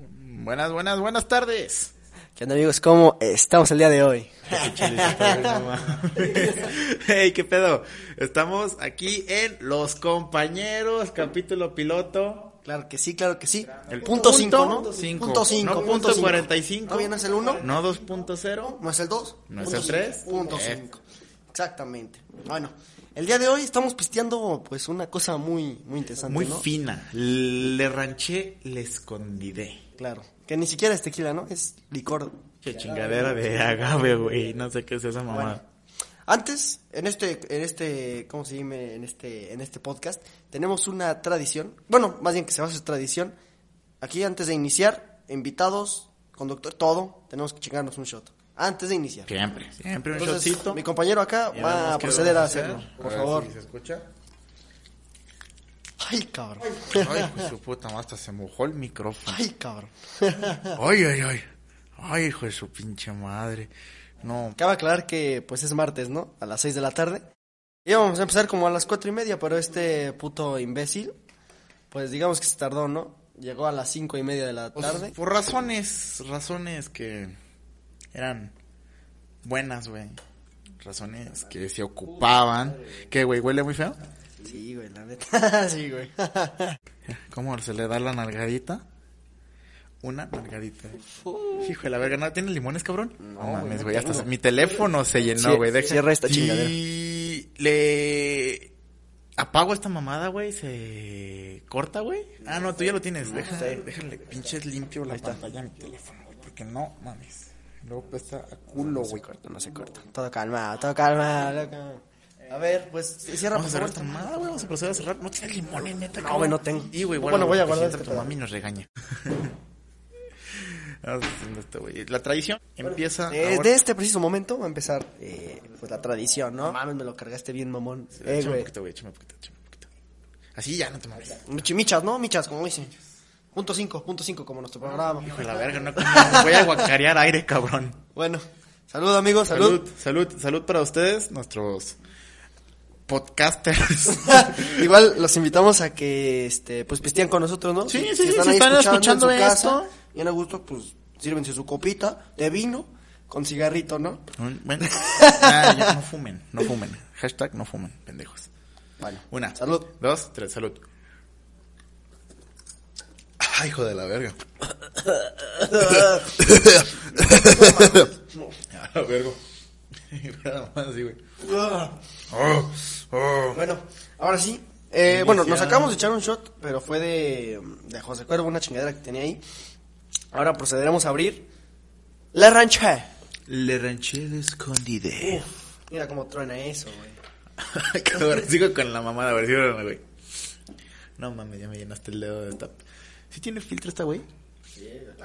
Buenas, buenas, buenas tardes. ¿Qué onda amigos? ¿Cómo estamos el día de hoy? hey, qué pedo. Estamos aquí en Los Compañeros, capítulo piloto. Claro que sí, claro que sí. El punto 5, ¿no? Punto 5. Punto 5. No, punto 45. ¿No es el 1? No 2.0. ¿No es el 2? ¿No es el tres? Punto Eh. 5. Exactamente. Bueno, el día de hoy estamos pisteando pues una cosa muy muy interesante, Muy ¿no? fina. Le ranché, le escondidé. Claro. Que ni siquiera es tequila, ¿no? Es licor. Qué chingadera de agave, güey. No sé qué es esa mamá. Bueno. Antes, en este, en este, ¿cómo se llama? En este, en este podcast, tenemos una tradición, bueno, más bien que se va a hacer tradición. Aquí antes de iniciar, invitados, conductor, todo, tenemos que chingarnos un shot. Antes de iniciar. Siempre, siempre un Entonces, shotcito. mi compañero acá Ya vemos va a qué proceder a vamos a hacerlo, hacer. por favor. si se escucha. Ay, cabrón. Ay, pues su puta madre, hasta se mojó el micrófono. Ay, cabrón. Ay, ay, ay. Ay, hijo de su pinche madre. No, Cabe aclarar que pues es martes, ¿no? A las 6 de la tarde. Y vamos a empezar como a las cuatro y media, pero este puto imbécil, pues digamos que se tardó, ¿no? Llegó a las cinco y media de la O sea, tarde. por razones, razones que eran buenas, güey. Razones que se ocupaban. ¿Qué, güey? ¿Huele muy feo? Sí, güey, la neta. sí, güey. ¿Cómo se le da la nalgadita? Una nalgadita. Hijo de la verga, ¿no tiene limones, cabrón? No, mames, güey, hasta se- mi teléfono se llenó, Cie- güey. deja- cierra esta Si chingadera. le apago esta mamada, güey, se corta, güey. Ah, no, tú ya lo tienes. Deja- déjale, pinches limpio la pantalla a mi teléfono, güey, porque no, mames. Luego pesta a culo, güey. No se corta. Todo calmado, todo calmado, loco. A ver, pues cierra Vamos por a cerrar favor. esta mamada, güey, vamos a proceder a cerrar. No tienes limones, neta, No, güey, no tengo. Y, güey, Bueno, voy a porque guardar si entra este tu pedo. mami y nos regaña. Ah, pues, Vamos haciendo esto, güey. La tradición empieza Eh, ahora. de este preciso momento va a empezar eh, pues la tradición, ¿no? Mames, me lo cargaste bien, mamón. Eh, Échame un güey. poquito, güey, échame un poquito, échame un poquito. Así ya, no te mames. Michi- Michas, ¿no? Michas, como dicen. Punto cinco, punto cinco, como nuestro programa. Hijo de la verga, no no voy a guacarear aire, cabrón. Bueno, salud, amigos, salud. Salud, salud, salud para ustedes, nuestros podcasters. Igual los invitamos a que, este, pues pistean con nosotros, ¿no? Sí, sí, si están escuchando en su casa, esto. bien a gusto, pues sírvense su copita de vino con cigarrito, ¿no? Un- bueno, ah, ya, no fumen, no fumen. Hashtag no fumen, pendejos. Bueno, Una, Salud. dos, tres, salud. Ay, hijo de la verga. A la verga. Nada más así, güey. Oh, oh. Bueno, ahora sí. eh, bueno, nos Iniciado. acabamos de echar un shot, pero fue de, de José Cuervo, una chingadera que tenía ahí. Ahora procederemos a abrir la rancha. Le ranché de escondide. Mira cómo truena eso, güey. Cabrón, sigo con la mamada, güey. sigo con la- güey. No mames, ya me llenaste el dedo de esta. ¿Sí tiene filtro esta, güey?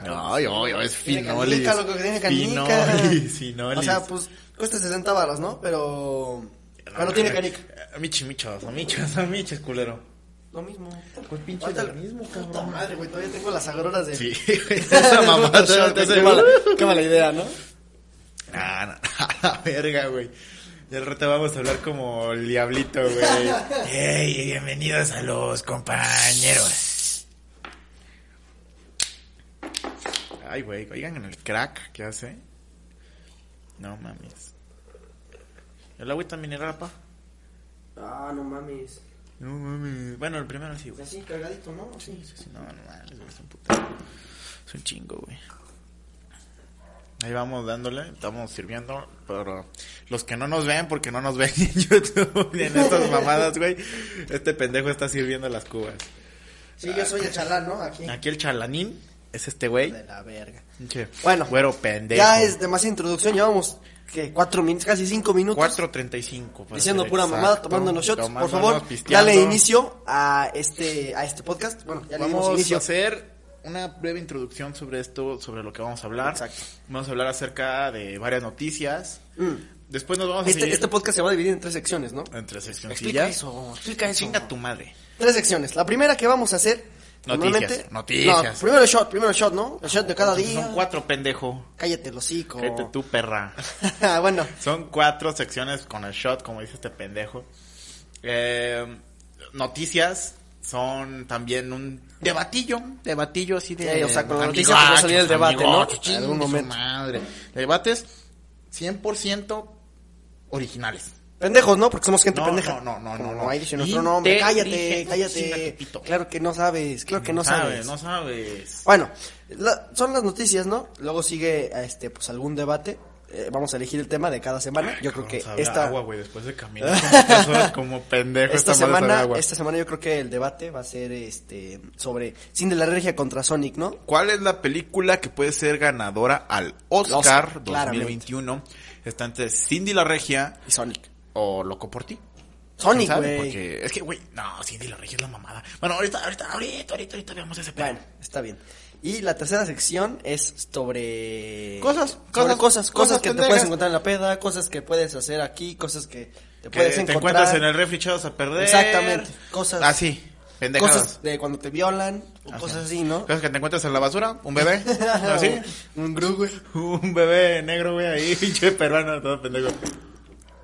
Ay, ay, ay, es Tiene finolis. canica, loco, que tiene canica. Finolis, finolis. O sea, pues cuesta 60 balas, ¿no? Pero. Pero tiene canica. A michi, Eh, michos, a michos, a michos, culero. Lo mismo. Pues pinche Ahorita lo mismo, Puta madre, güey. Todavía tengo las agruras de. Sí, esa mamada. Qué mala- te hace- qué, mala, qué mala idea, ¿no? Ah, no, a la verga, güey. Y al rato vamos a hablar como el diablito, güey. ¡Ey! Bienvenidos a los compañeros. Ay, güey, oigan en el crack que hace. No mames. El agua también era pa. Ah, no mames. No mames. Bueno, el primero sí, güey. Así, cargadito, ¿no? Sí. Sí, sí, No, no mames, güey, es un puto- Es un chingo, güey. Ahí vamos dándole, estamos sirviendo, pero los que no nos ven, porque no nos ven en YouTube, ni en estas mamadas, güey, este pendejo está sirviendo las cubas. Sí, yo soy el chalán, ¿no? Aquí. Aquí el chalanín es este güey, De la verga. pinche Bueno, güero pendejo. Ya es demasiada introducción, llevamos que cuatro minutos, casi cinco minutos. 4.35. para Diciendo ser pura mamada, exacto, tomándonos shots. tomándonos, Por favor, pisteando. dale inicio a este, a este podcast. Bueno, ya le dimos Vamos a inicio. hacer una breve introducción sobre esto, sobre lo que vamos a hablar. Exacto. Vamos a hablar acerca de varias noticias. Mm. Después nos vamos a Este, seguir este podcast se va a dividir en tres secciones, ¿no? entre sesioncillas. Explica eso, explica eso. Chinga tu madre. Tres secciones. La primera que vamos a hacer. Noticias, normalmente- noticias. No, primero el shot, primero el shot, ¿no? El shot de cada día. Son cuatro, pendejo. Cállate el hocico. Ah, Cállate tú, perra. bueno, Son cuatro secciones con el shot, como dice este pendejo. Eh, noticias, son también un debatillo, debatillo así de... Sí, o sea, con la amigachos, noticia pues va a salir el debate, ¿no? amigachos, En chingue algún su momento. Madre. Debates 100% originales. Pendejos, ¿no? Porque somos gente No, pendeja. no, no, no, Como no, no. Ahí dice nuestro nombre. Cállate, Inteligente, chinga cállate. tu pito. Claro que no sabes, claro que no, sabes. No sabes. Bueno, la- son las noticias, ¿no? Luego sigue a este, pues algún debate. Eh, vamos a elegir el tema de cada semana. Yo creo que Vamos a ver esta, agua, güey, después de caminar como tres horas como pendejo esta esta madre sabe semana, agua. esta semana yo creo que el debate va a ser este sobre Sin de la Regia contra Sonic, ¿no? ¿Cuál es la película que puede ser ganadora al Oscar, Oscar, claramente. 2021? Está entre Cindy la Regia Y Sonic. o Loco por ti. ¿Quién Sonic, sabe? güey. Porque es que, güey, no, Cindy la Regia es la mamada. Bueno, ahorita, ahorita, ahorita, ahorita, ahorita veamos ese plan. Bueno, está bien. Y la tercera sección es sobre Cosas, sobre cosas, cosas, cosas, cosas que te pendejas. puedes encontrar en la peda, cosas que puedes hacer aquí, cosas que que te puedes te encontrar. encuentras en el refri echados a perder. Exactamente, cosas- Así, pendejadas. cosas de cuando te violan, o cosas así, ¿no? Cosas que te encuentras en la basura, un bebé, así. Un gru, güey. Un bebé negro, güey, ahí, pinche peruano, todo pendejo.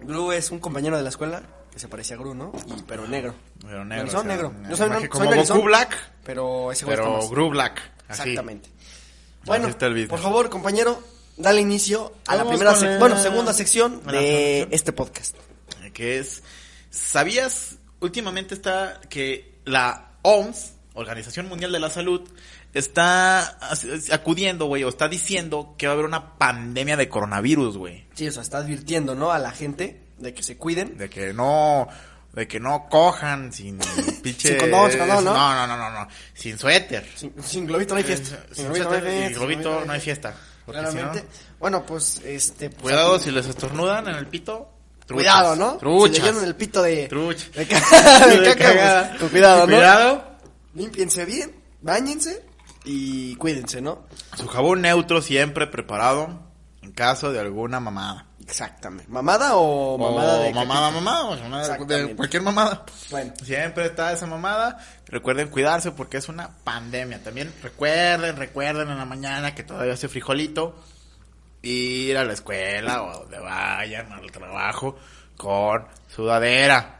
Gru es un compañero de la escuela que se parecía a Gru, ¿no? Y, pero negro. Pero negro. Narizón, o sea, negro. una Yo soy, imagen soy como narizón, Goku Black, Pero ese güey está pero más. Gru Black. así. Exactamente. Así Bueno, está el business. por favor, compañero, dale inicio a la Vamos primera, con sec- la- bueno, segunda sección la de sección. este podcast. que es, ¿sabías? Últimamente está que la OMS, Organización Mundial de la Salud, está as- acudiendo, güey, o está diciendo que va a haber una pandemia de coronavirus, güey. Sí, o sea, está advirtiendo, ¿no? A la gente de que se cuiden. De que no, de que no cojan sin pinche... Sin condón, sin condón, ¿no? No, no, no, no, no, sin suéter. Sin, sin globito no hay fiesta. Sin globito suéter y sin globito no hay fiesta. porque si no- Claramente. Bueno, pues, este... pues, Cuidado aquí- si les estornudan en el pito. truchas. Cuidado, ¿no? Truchas. Si le dieron el pito de... Truch. De, ca- de De caca, cagada. pues, con cuidado, ¿no? Cuidado. Límpiense bien, bañense y cuídense, ¿no? Su jabón neutro siempre preparado en caso de alguna mamada. Exactamente. ¿Mamada o mamada O de mamada, caquita? mamada, o mamada de- Exactamente. de cualquier mamada. Bueno. Siempre está esa mamada. Recuerden cuidarse porque es una pandemia. También recuerden, recuerden en la mañana que todavía hace frijolito. Ir a la escuela o a donde vayan al trabajo con sudadera.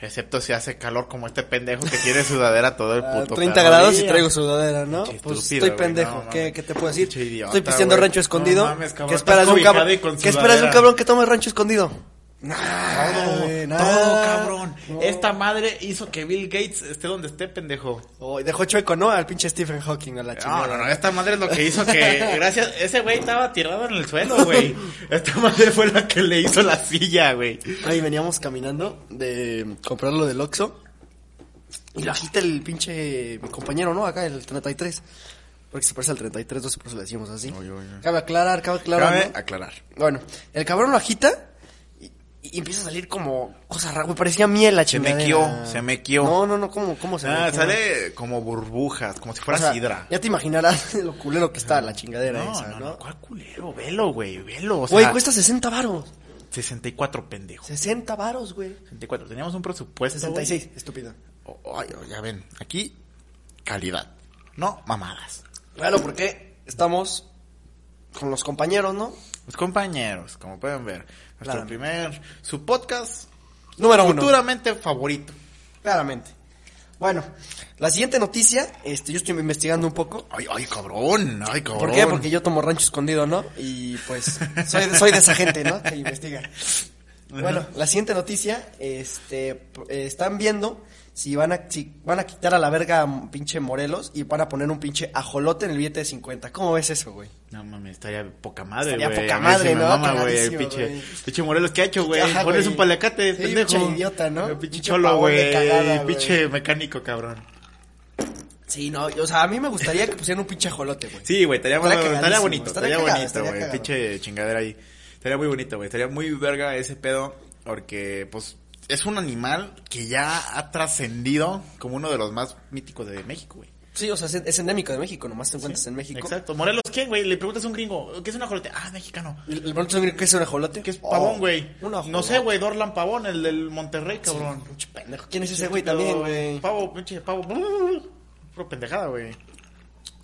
Excepto si hace calor como este pendejo que tiene sudadera todo el A puto 30 perro Ah, grados y día. traigo sudadera, ¿no? Qué pues estúpido, estoy güey, pendejo. no, ¿Qué, mames. ¿Qué te puedo decir? Pinche idiota, estoy pisteando güey. rancho escondido. No mames, cabrón, ¿Qué esperas de un estás cabrón? cobijado y con ¿Qué esperas de un sudadera. cabrón que tome rancho escondido? Todo, Nada, todo, cabrón. Esta madre hizo que Bill Gates esté donde esté, pendejo. Oh, dejó chueco, ¿no? Al pinche Stephen Hawking a la No, chingada. no, no, esta madre es lo que hizo que, gracias, ese güey estaba tirado en el suelo, güey. Esta madre fue la que le hizo la silla, güey. Ahí veníamos caminando de comprarlo del Oxxo. Y lo agita el pinche mi compañero, ¿no? Acá, el 33. Porque se parece al 33, no sé por eso le decimos así. Oye, oye. Cabe aclarar, cabe aclarar. Cabe ¿no? aclarar. Bueno, el cabrón lo agita y, y empieza a salir como cosas raras, güey. Parecía miel la Se me chingadera. queó, se me queó. No, no, no, ¿cómo, cómo se me Ah, queó? sale como burbujas, como si O fuera sea, sidra. Ya te imaginarás lo culero que está la chingadera No, esa, no, ¿no? no, cuál culero, velo, güey, velo. O sea, Güey, cuesta 60 varos. 64, pendejo. 60 varos, güey. 64, teníamos un presupuesto. güey. 66, estúpido. Oh, ay, oh, ya ven, aquí calidad, no mamadas. Claro, porque estamos con los compañeros, ¿no? Los compañeros, como pueden ver, nuestro Claro. primer, su podcast Número uno. futuramente favorito. Claramente. Bueno, la siguiente noticia, este, yo estoy investigando un poco. Ay, ay, cabrón, ay, cabrón. ¿Por qué? Porque yo tomo rancho escondido, ¿no? Y pues soy, soy de esa gente, ¿no? Que investiga. Bueno, la siguiente noticia, este, p- eh, están viendo si van a, si van a quitar a la verga a un pinche Morelos y van a poner un pinche ajolote en el billete de 50. ¿Cómo ves eso, güey? No mames, estaría poca madre, güey. Estaría poca A mí sí madre, me ¿no? mama, güey, Cagadísimo, pinche, güey. pinche Morelos, ¿qué ha hecho, güey? Ajá, Pones güey. un palacate, Sí, pendejo. pinche idiota, ¿no? Pinche Pinche cholo, pavor de güey. cagada, güey. Pinche mecánico, cabrón. Sí, no, yo- o sea, a mí me gustaría que pusieran un pinche ajolote, güey. Sí, güey, estaría, Estaría bueno, estaría cagadísimo, bonito, estaría estaría, cagado, bonito, estaría güey. cagado. Pinche chingadera ahí. Estaría muy bonito, güey. Estaría muy verga ese pedo. Porque, pues, es un animal que ya ha trascendido como uno de los más míticos de México, güey. Sí, o sea, es- es endémico de México, nomás te encuentras en México. Exacto. Morelos, ¿qué, güey? Le preguntas a un gringo, ¿qué es un ajolote? Ah, mexicano. ¿El, el Bronx Sangre qué es un ajolote? Oh, ¿Qué es pavón, güey? un ajolote. no sé, güey, Dorlan Pavón, el del Monterrey, cabrón. Pinche pendejo. ¿Quién es ese güey también, güey? Pavo, pinche pavo. Puro pendejada, güey.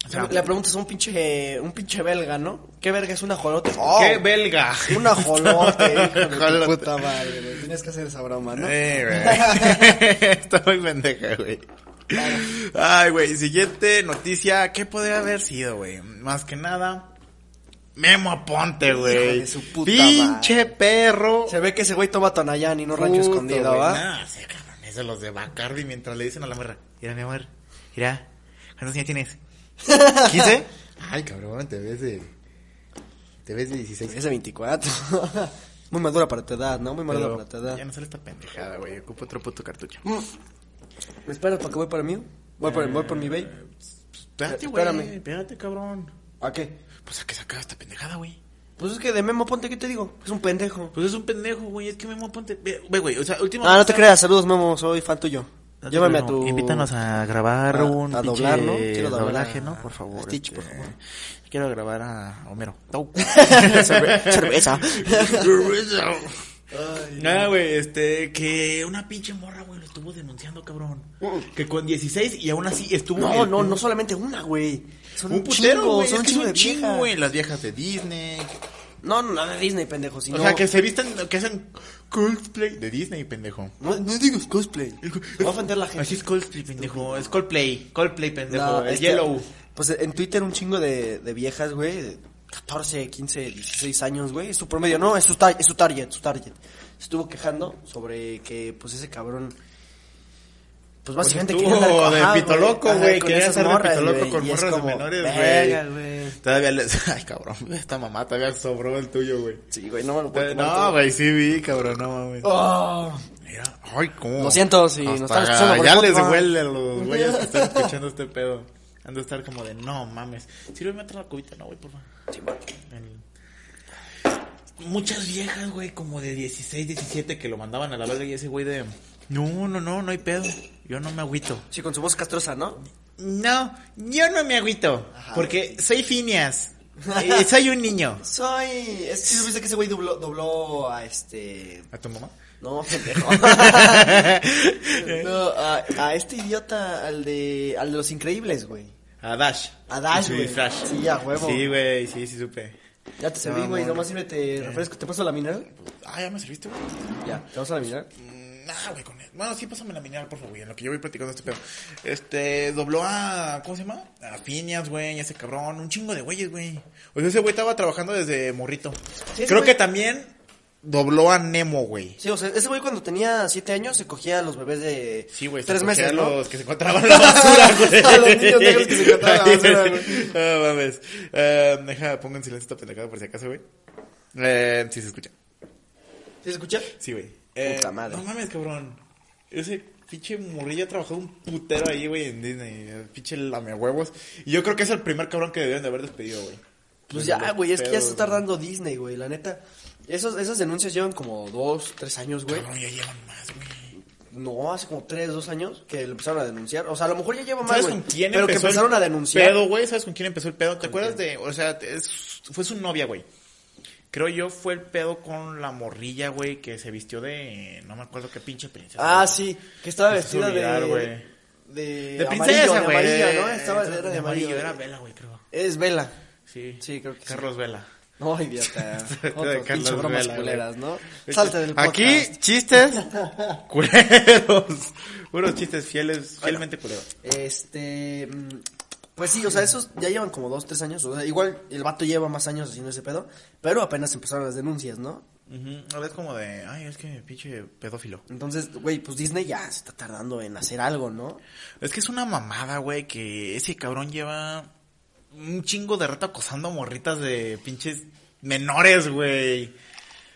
O sea, Le preguntas a un pinche, un pinche belga, ¿no? ¿Qué verga es un ajolote? ¡Qué Oh, belga! Un ajolote, hijo de tu Ajolote. Eh. puta madre, güey. Tienes que hacer esa broma, ¿no? Sí, güey. Está muy pendeja, güey. Ay, güey, siguiente noticia. ¿Qué podría haber sido, güey? Más que nada, Memo Aponte, güey. de su puta Pinche perro. Se ve que ese güey toma Tonayán y no rancho Puto, escondido, güey. ¿va? Nah, sí, cabrón, es de los de Bacardi mientras le dicen a la morra, mira, mi amor, mira, ¿cuántos años tienes? ¿15? Ay, cabrón, te ves de... Te ves de 16. Es de 24. Muy madura para tu edad, ¿no? Muy madura Pero para tu edad. Ya no sale esta pendejada, güey. Ocupo otro puto cartucho. ¿Me esperas Mm. para que voy para mí? Voy por, voy por mi babe. Espérate, güey. Espérame. Espérate, cabrón. ¿A qué? Pues a que se acaba esta pendejada, güey. Pues es que de Memo Ponte, ¿qué te digo? Es un pendejo. Pues es un pendejo, güey. Es que Memo Ponte. Ve, ve, güey. O sea, últimamente. Ah, no te creas. Saludos, Memo. Soy fan tuyo. No te Llévame a creo. tu... Invítanos a grabar a- un. a pinche doblar, ¿no? Quiero doblar doblaje, a- ¿no? a Por favor. este, Stitch, por favor. Quiero grabar a Homero. Tau. Cerve- cerveza. Nada, güey, este, que una pinche morra, güey, lo estuvo denunciando, cabrón. Que con 16 y aún así estuvo. Mm. No, el- no, no solamente una, güey. Son Un putero, chingo, güey, es son un que chingo de son chingo, viejas. güey. Las viejas de Disney. No, no, nada de Disney, pendejo. Si O no- sea, que se visten, que hacen cosplay de Disney, pendejo. No, no digas cosplay. Va a ofender la gente. Así es cosplay, pendejo. Es cosplay, cosplay, pendejo. No, el este- yellow. Pues en Twitter un chingo de, de viejas, güey. de 14, 15, 16 años, güey. Es su promedio. No, es su, ta- es su target, su target. Se estuvo quejando sobre que, pues, ese cabrón... Pues básicamente Pues quería estuvo andar con- ajá, de pito loco, ajá, güey. con Quería esas ser de morras, pito loco güey, con y es morras de como, menores, verga, güey. Todavía les... Ay, cabrón, esta mamá todavía sobró el tuyo, güey. Sí, güey, no me lo puedo Eh, comer No, todo. güey, sí vi, cabrón, no mames. Oh. Mira, ay, cómo. Lo siento si nos están escuchando por Ya les Spotify. huele a los güeyes que están escuchando este pedo. Han de estar como de, no mames. Sírveme otra cubita, no, güey, por favor. El- Muchas viejas, güey, como de 16, 17, que lo mandaban a la verga y ese güey de, no, no, no, no hay pedo. Yo no me agüito. Sí, con su voz castrosa, ¿no? No, yo no me agüito. Ajá. Porque soy Finias. Eh, soy un niño. Soy... Es que sí supiste que ese güey dobló, dobló a este... ¿A tu mamá? No, pendejo. no, a, a este idiota, al de, al de los increíbles, güey. A Dash. A Dash, Y su güey. disfraz. Sí, a huevo. Sí, güey, sí, sí supe. Ya te serví, No, güey. amor. Nomás sírvete refresco. ¿Te paso la mineral? Ah, ya me serviste, güey. Ya, ¿te vas a la mineral? Mm, Nah, güey, con él. Bueno, sí, pásame la mineral, por favor, güey, en lo que yo voy platicando este pedo. Este, dobló a, ¿cómo se llama? A Finias, güey, a ese cabrón, un chingo de güeyes, güey. O sea, ese güey estaba trabajando desde morrito. Sí, ese Creo güey- que también dobló a Nemo, güey. Sí, o sea, ese güey cuando tenía siete años se cogía a los bebés de Sí, güey. se tres cogía a meses, ¿no? los que se encontraban en la basura, güey. A los niños negros que se encontraban en la basura, güey. Ah, mames. Eh, deja, pongo en silencio esta pendejada por si acaso, güey. Eh, sí se escucha. ¿Sí se escucha? Sí, güey. Em, Puta madre. No mames, cabrón. Ese pinche morrillo ha trabajado un putero ahí, güey, en Disney. eh, Pinche lamehuevos. Y yo creo que es el primer cabrón que debieron de haber despedido, güey. Pues Desde ya, los güey, es que ya se pedos, está tardando Disney, güey, la neta. Esos, esas denuncias llevan como dos, tres años, güey. güey. Cabrón, ya llevan más, güey. No, hace como tres, dos años que lo empezaron a denunciar. O sea, a lo mejor ya lleva más, ¿Sabes güey. con quién Pero que empezó el empezaron a denunciar. pedo, güey? ¿Sabes con quién empezó el pedo? ¿Te acuerdas de...? O sea, te- es- fue su novia, güey. Creo yo fue el pedo con la morrilla, güey, que se vistió de... No me acuerdo qué pinche princesa. Ah, sí, que Eso estaba es vestida olvidar, de, güey. de... De amarillo, princesa, de güey. amarillo, ¿no? Estaba, Eso, era de amarillo. Era Vela, güey, creo. Es Vela. Sí. Sí, creo que sí. Carlos Vela. No, idiota. Este Carlos Otro pinche bromas Vela, güey. Este, culeras, ¿no? Salte del podcast. Aquí, chistes culeros. Unos chistes fieles, fielmente culeros. Este... mm, Pues sí, o sea, esos ya llevan como dos, tres años. O sea, igual el vato lleva más años haciendo ese pedo. Pero apenas empezaron las denuncias, ¿no? Ahora es como de, ay, es que pinche pedófilo. Entonces, güey, pues Disney ya se está tardando en hacer algo, ¿no? Es que es una mamada, güey, que ese cabrón lleva un chingo de rato acosando morritas de pinches menores, güey.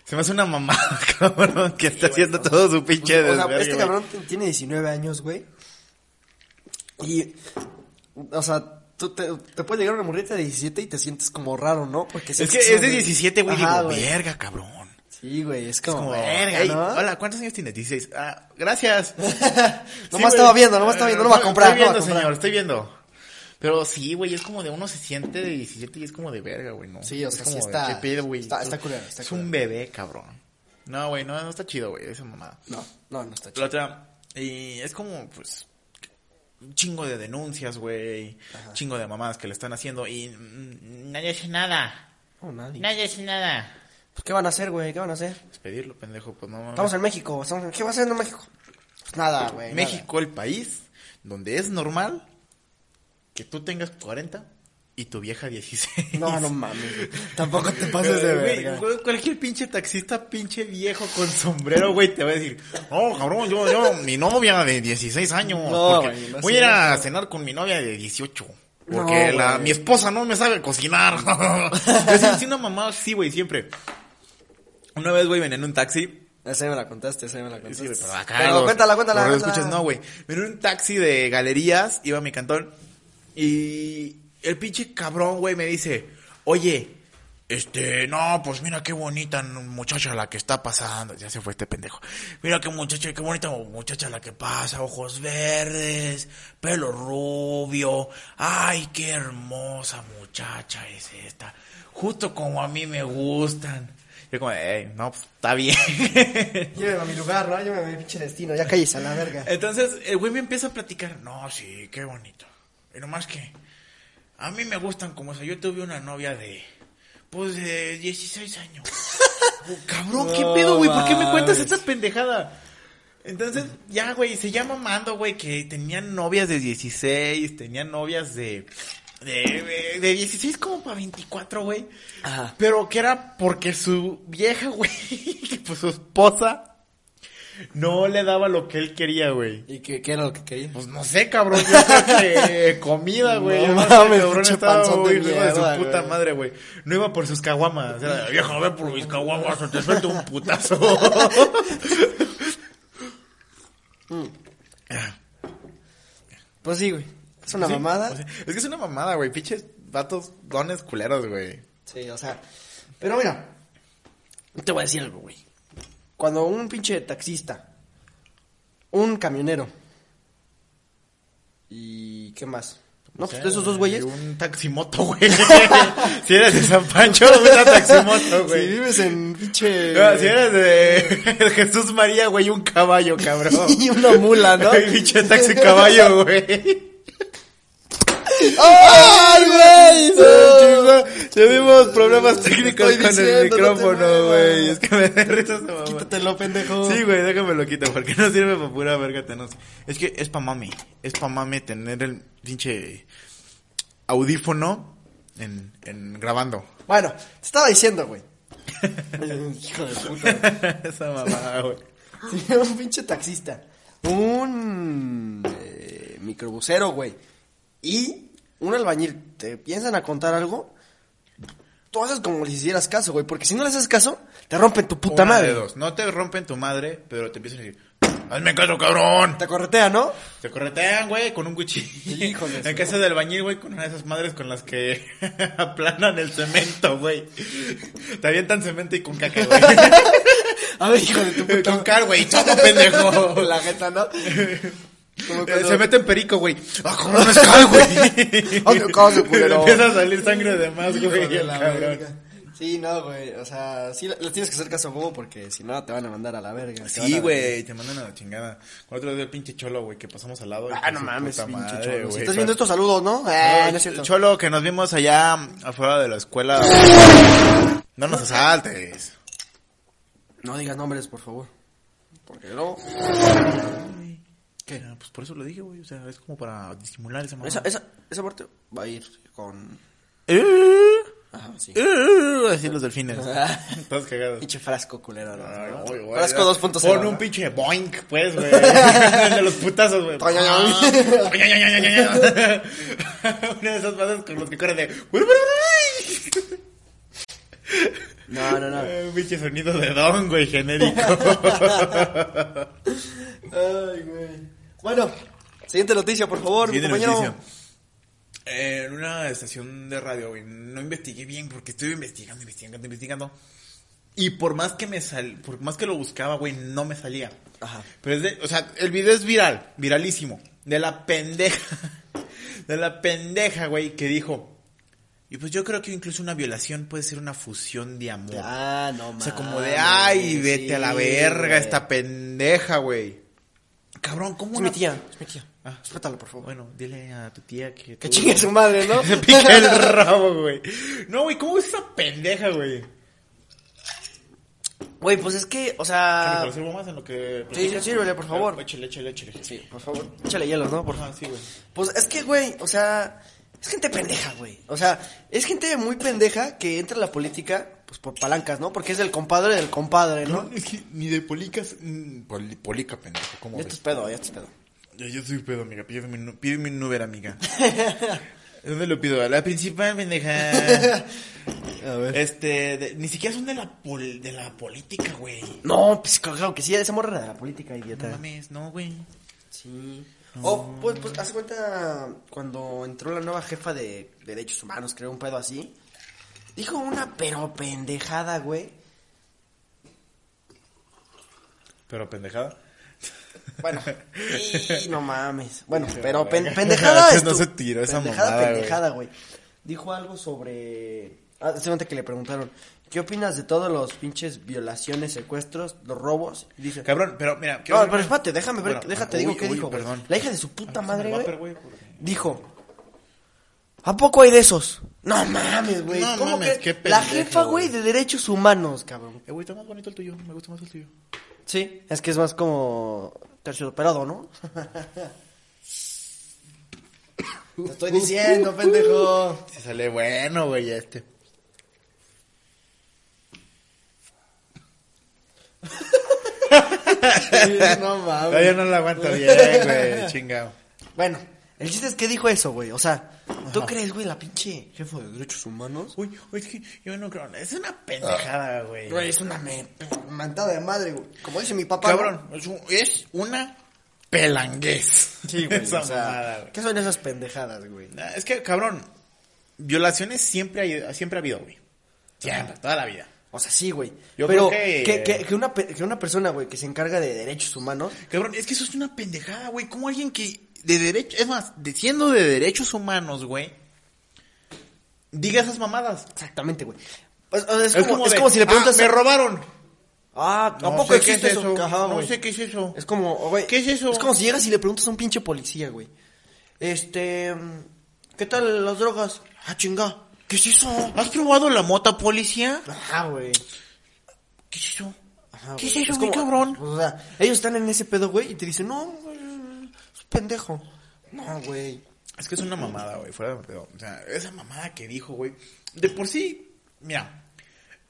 Se me hace una mamada, cabrón, que está haciendo todo su pinche O sea, desvergue, este güey. cabrón t- tiene 19 años, güey. Y, o sea, tú te, te puede llegar una morrita de 17 y te sientes como raro, ¿no? Porque Es sientes que son es de 17, güey, Ajá, digo, verga, cabrón. Sí, güey, es Es como, como, verga, "Ey, ¿no? Hola, ¿cuántos años tienes? 16. Ah, gracias. nomás Nomás estaba viendo, nomás estaba viendo, no va a comprar, Estoy no va a viendo, comprar. señor, estoy viendo. Pero sí, güey, es como de uno se siente de 17 y es como de verga, güey, ¿no? Sí, o Es sea, como sí de, está- ¿Qué pedo, güey? está- está culero, está Es culero. un bebé, cabrón. No, güey, no, no está chido, güey, esa mamada. No, no, no está La chido. otra, y es como, pues, un chingo de denuncias, güey. Chingo de mamadas que le están haciendo y mm, nadie hace nada. No, nadie. Nadie hace nada. Pues, ¿Qué van a hacer, güey? ¿Qué van a hacer? Despedirlo, pendejo, pues no mames. Estamos en México, estamos en- ¿qué va a hacer en México? Pues nada, güey. nada. México, el país donde es normal que tú tengas 40 y tu vieja 16. No, no mames. güey. Tampoco te pases de Güey, verga. güey, Cualquier pinche taxista, pinche viejo con sombrero, güey, te va a decir, no, cabrón, yo, yo, mi novia de 16 años, No, porque güey, no voy a sé, ir a güey. cenar con mi novia de 18. No, Porque la, güey. mi esposa no me sabe cocinar. Yo sí, sí, una mamá así, güey, siempre. Una vez, güey, venía en un taxi Esa ya me la contaste, esa ya me la Sí, contaste. güey, pero acá. Pero los- cuéntala, cuéntala. los cuéntala. escuchas, no, güey. Venía en un taxi de galerías, iba a mi cantón. Y el pinche cabrón, güey, me dice: Oye, este, no, pues mira qué bonita muchacha la que está pasando. Ya se fue este pendejo. Mira qué muchacha, qué bonita muchacha la que pasa. Ojos verdes, pelo rubio. Ay, qué hermosa muchacha es esta. Justo como a mí me gustan. Yo como, "Ey, no, pues está bien. Lléveme a mi lugar, ¿no? Lléveme a mi pinche destino. Ya cállese a la verga. Entonces, el güey me empieza a platicar. No, sí, qué bonito. Y nomás que. A mí me gustan como esa. Yo tuve una novia de. Pues de 16 años. Oh, cabrón, ¿qué No pedo, güey? ¿Por qué me cuentas mames. esta pendejada? Entonces, ya, güey, se llama Mando, güey, que tenían novias de 16, tenían novias de. De, de 16 como para 24, güey. Ajá. Pero que era porque su vieja, güey, que pues su esposa, no le daba lo que él quería, güey. ¿Y qué, qué era lo que quería? Pues no sé, cabrón, yo creo que comida, güey. No Yo sé, mames, cabrón, pinche estaba, panzón de güey, hijo de mierda, su puta güey. madre, güey. No iba por sus caguamas. Era, vieja, ve por mis caguamas o te suelto un putazo. Pues sí, Pues güey. Es una Sí, mamada. o sea, es que es una mamada, güey. Pinches vatos dones culeros, güey. Sí, o sea. Pero mira, yo te voy a decir algo, güey. Cuando un pinche taxista, un camionero y qué más. No, pues de esos dos güeyes. Un taximoto, güey. si eres de San Pancho, una taximoto, güey. Si vives en pinche. No, si eres de Jesús María, güey, un caballo, cabrón. y una mula, ¿no? Ay, pinche taxi caballo, güey. ¡Ay, güey! No. Tuvimos problemas técnicos Estoy con diciendo, el no te micrófono, muevas. güey. es que me da risa esa mamá. Quítatelo, pendejo. Sí, güey, déjame lo quito, porque no sirve para pura verga tener. Es que es pa' mame, es pa' mame tener el pinche audífono en, en grabando. Bueno, te estaba diciendo, güey. Hijo de puta. Esa mamá, güey. Sí, un pinche taxista. Un eh, microbusero, güey. Y un albañil. ¿Te piensan a contar algo? Tú haces como les hicieras caso, güey. Porque si no les haces caso, te rompen tu puta Una de madre. dos. No te rompen tu madre, pero te empiezan a decir, hazme caso, cabrón. Te corretea, ¿no? Te corretean, güey, con un cuchillo. Híjole, sí. En casa del bañil, güey, con una de esas madres con las que aplanan el cemento, güey. Te avientan cemento y con caca, güey. A ver, hijo de tu puta con car, güey, chavo, pendejo. madre. La jeta, ¿no? Como Eh, cuando- Se mete en perico, güey. Ah, ¿cómo no es cal, güey? Ah, qué caso, Le culero. Empieza a salir sangre de más, Hijo güey, de el la cabrón. verga. Sí, no, güey. O sea, sí, le tienes que hacer caso a huevo porque si no te van a mandar a la verga. te van Sí, a- güey, te mandan a la chingada. Otro día el pinche cholo, güey, que pasamos al lado. Ah, no mames, pinche cholo. Si güey. estás viendo estos saludos, ¿no? Ah, Eh, no es cierto. Cholo, que nos vimos allá afuera de la escuela. No nos asaltes. No digas nombres, por favor. Porque no. ¿Qué? Pues por eso lo dije, güey. O sea, es como para disimular esa Esa, mamada. esa, esa parte va a ir con. Eh, Ajá, sí. eh, así los delfines. Estás cagado. Pinche frasco culero, ¿no? Ay, güey, güey, frasco ya. 2.0. Pon un ¿no? pinche boink, pues, güey. El de los putazos, güey. Ah. Ay, ay, ay. Ay, ay, ay, ay, ay, ay. Una de esas bases con los que corren de. No, no, no. Un pinche sonido de don, güey, genérico. Ay, güey. Bueno, siguiente noticia, por favor, mi Siguiente compañero. noticia. Eh, En una estación de radio, güey, no investigué bien porque estuve investigando, investigando, investigando. Y por más que me sal, por más que lo buscaba, güey, no me salía. Ajá. Pero es de, o sea, el video es viral, viralísimo. De la pendeja, de la pendeja, güey, que dijo. Y pues yo creo que incluso una violación puede ser una fusión de amor. Ah, no mames. O sea, como de, ay, vete a la sí, verga güey. esta pendeja, güey. Cabrón, ¿cómo Es una mi tía, es mi tía. Ah. Respétalo, por favor. bueno, dile a tu tía que... tú- que chingue su madre, ¿no? Se pica el rabo, güey. No, güey, ¿cómo es esa pendeja, güey? Güey, pues es que, o ¿Me sea. lo sirvo más en lo que... Ah. Ah, Sí, sí, sírvele, por favor. Échale, échale, échale. Sí, por favor. Échale hielos, ¿no? Por favor. Ajá, sí, güey. Pues es que, güey, o sea, es gente pendeja, güey. O sea, es gente muy pendeja que entra a la política, pues por palancas, ¿no? Porque es del compadre del compadre, ¿no? No, es que ni de policas... mm, poli- polica, pendejo, ¿cómo Ya esto es ves? pedo, ya esto es pedo. Yo, yo soy pedo, amiga. Pide mi, nu- pide mi Uber, amiga. ¿Dónde lo pido? A la principal, pendeja. A ver. Este, de- ni siquiera son de la, pol- de la política, güey. No, pues claro que sí, esa morra era de la política, No idiota. mames, no, güey. Sí. Oh, pues, pues, hace cuenta cuando entró la nueva jefa de derechos humanos, creo, un pedo así. Dijo una pero pendejada, güey. Pero pendejada. Bueno, y no mames. Bueno, Sí, pero la pen- verga. pendejada No es tu- se tiró esa pendejada, mamada, güey. pendejada, güey. Dijo algo sobre ah, se cuenta que le preguntaron, "¿Qué opinas de todos los pinches violaciones, secuestros, los robos?" Y dice, Cabrón, pero mira. "No, quiero- pero espérate, déjame ver, Bueno, déjate uy, digo qué uy, dijo, güey. Perdón. La hija de su puta Ah, madre, me va, güey, pero, güey, porque- dijo, "¿A poco hay de esos?" No mames, güey. No ¿Cómo mames, que qué la pendejo, jefa, güey. güey, de derechos humanos, cabrón? Eh, güey, está más bonito el tuyo. Me gusta más el tuyo. Sí, es que es más como tercioperado, ¿no? Te estoy diciendo, pendejo. Se sale bueno, güey, ya este. pues, no Todavía no lo aguanta bien, güey. Chingado. Bueno, el chiste es que dijo eso, güey. O sea, ¿tú crees, güey, la pinche jefa de derechos humanos? Uy, uy, es que yo no creo. Es una pendejada, güey. Güey, es una me- mantada de madre, güey. Como dice mi papá. Cabrón, es, un- es una pelanguez. ¿no? Sí, güey. Esa o sea, mamada, güey. ¿Qué son esas pendejadas, güey? Nah, Es que, cabrón, violaciones siempre, hay, siempre ha habido, güey. Siempre, toda la vida. O sea, sí, güey. Yo Pero creo que- que, que una, pe- que una persona, güey, que se encarga de derechos humanos, Cabrón, es que eso es una pendejada, güey. Como alguien que de derecho, es más, de- siendo de derechos humanos, güey, diga esas mamadas. exactamente, güey. Pues, o sea, es, Es como, como, es de, como si le "Ah, preguntas... me robaron. Ah, tampoco sé existe qué es eso. Ajá, no güey. sé qué es eso. Es como, oh, güey. ¿Qué es eso? Es como si llegas y le preguntas a un pinche policía, güey. Este. ¿Qué tal las drogas? Ah, chinga. ¿Qué es eso? ¿Has probado la mota, policía? Ajá, güey. ¿Qué es eso? Ajá, ¿Qué es güey. eso, mi como- cabrón? O sea, ellos están en ese pedo, güey, y te dicen, no, güey, es un pendejo. No, güey. Es que es una mamada, güey, fuera de pedo. O sea, esa mamada que dijo, güey. De por sí, mira,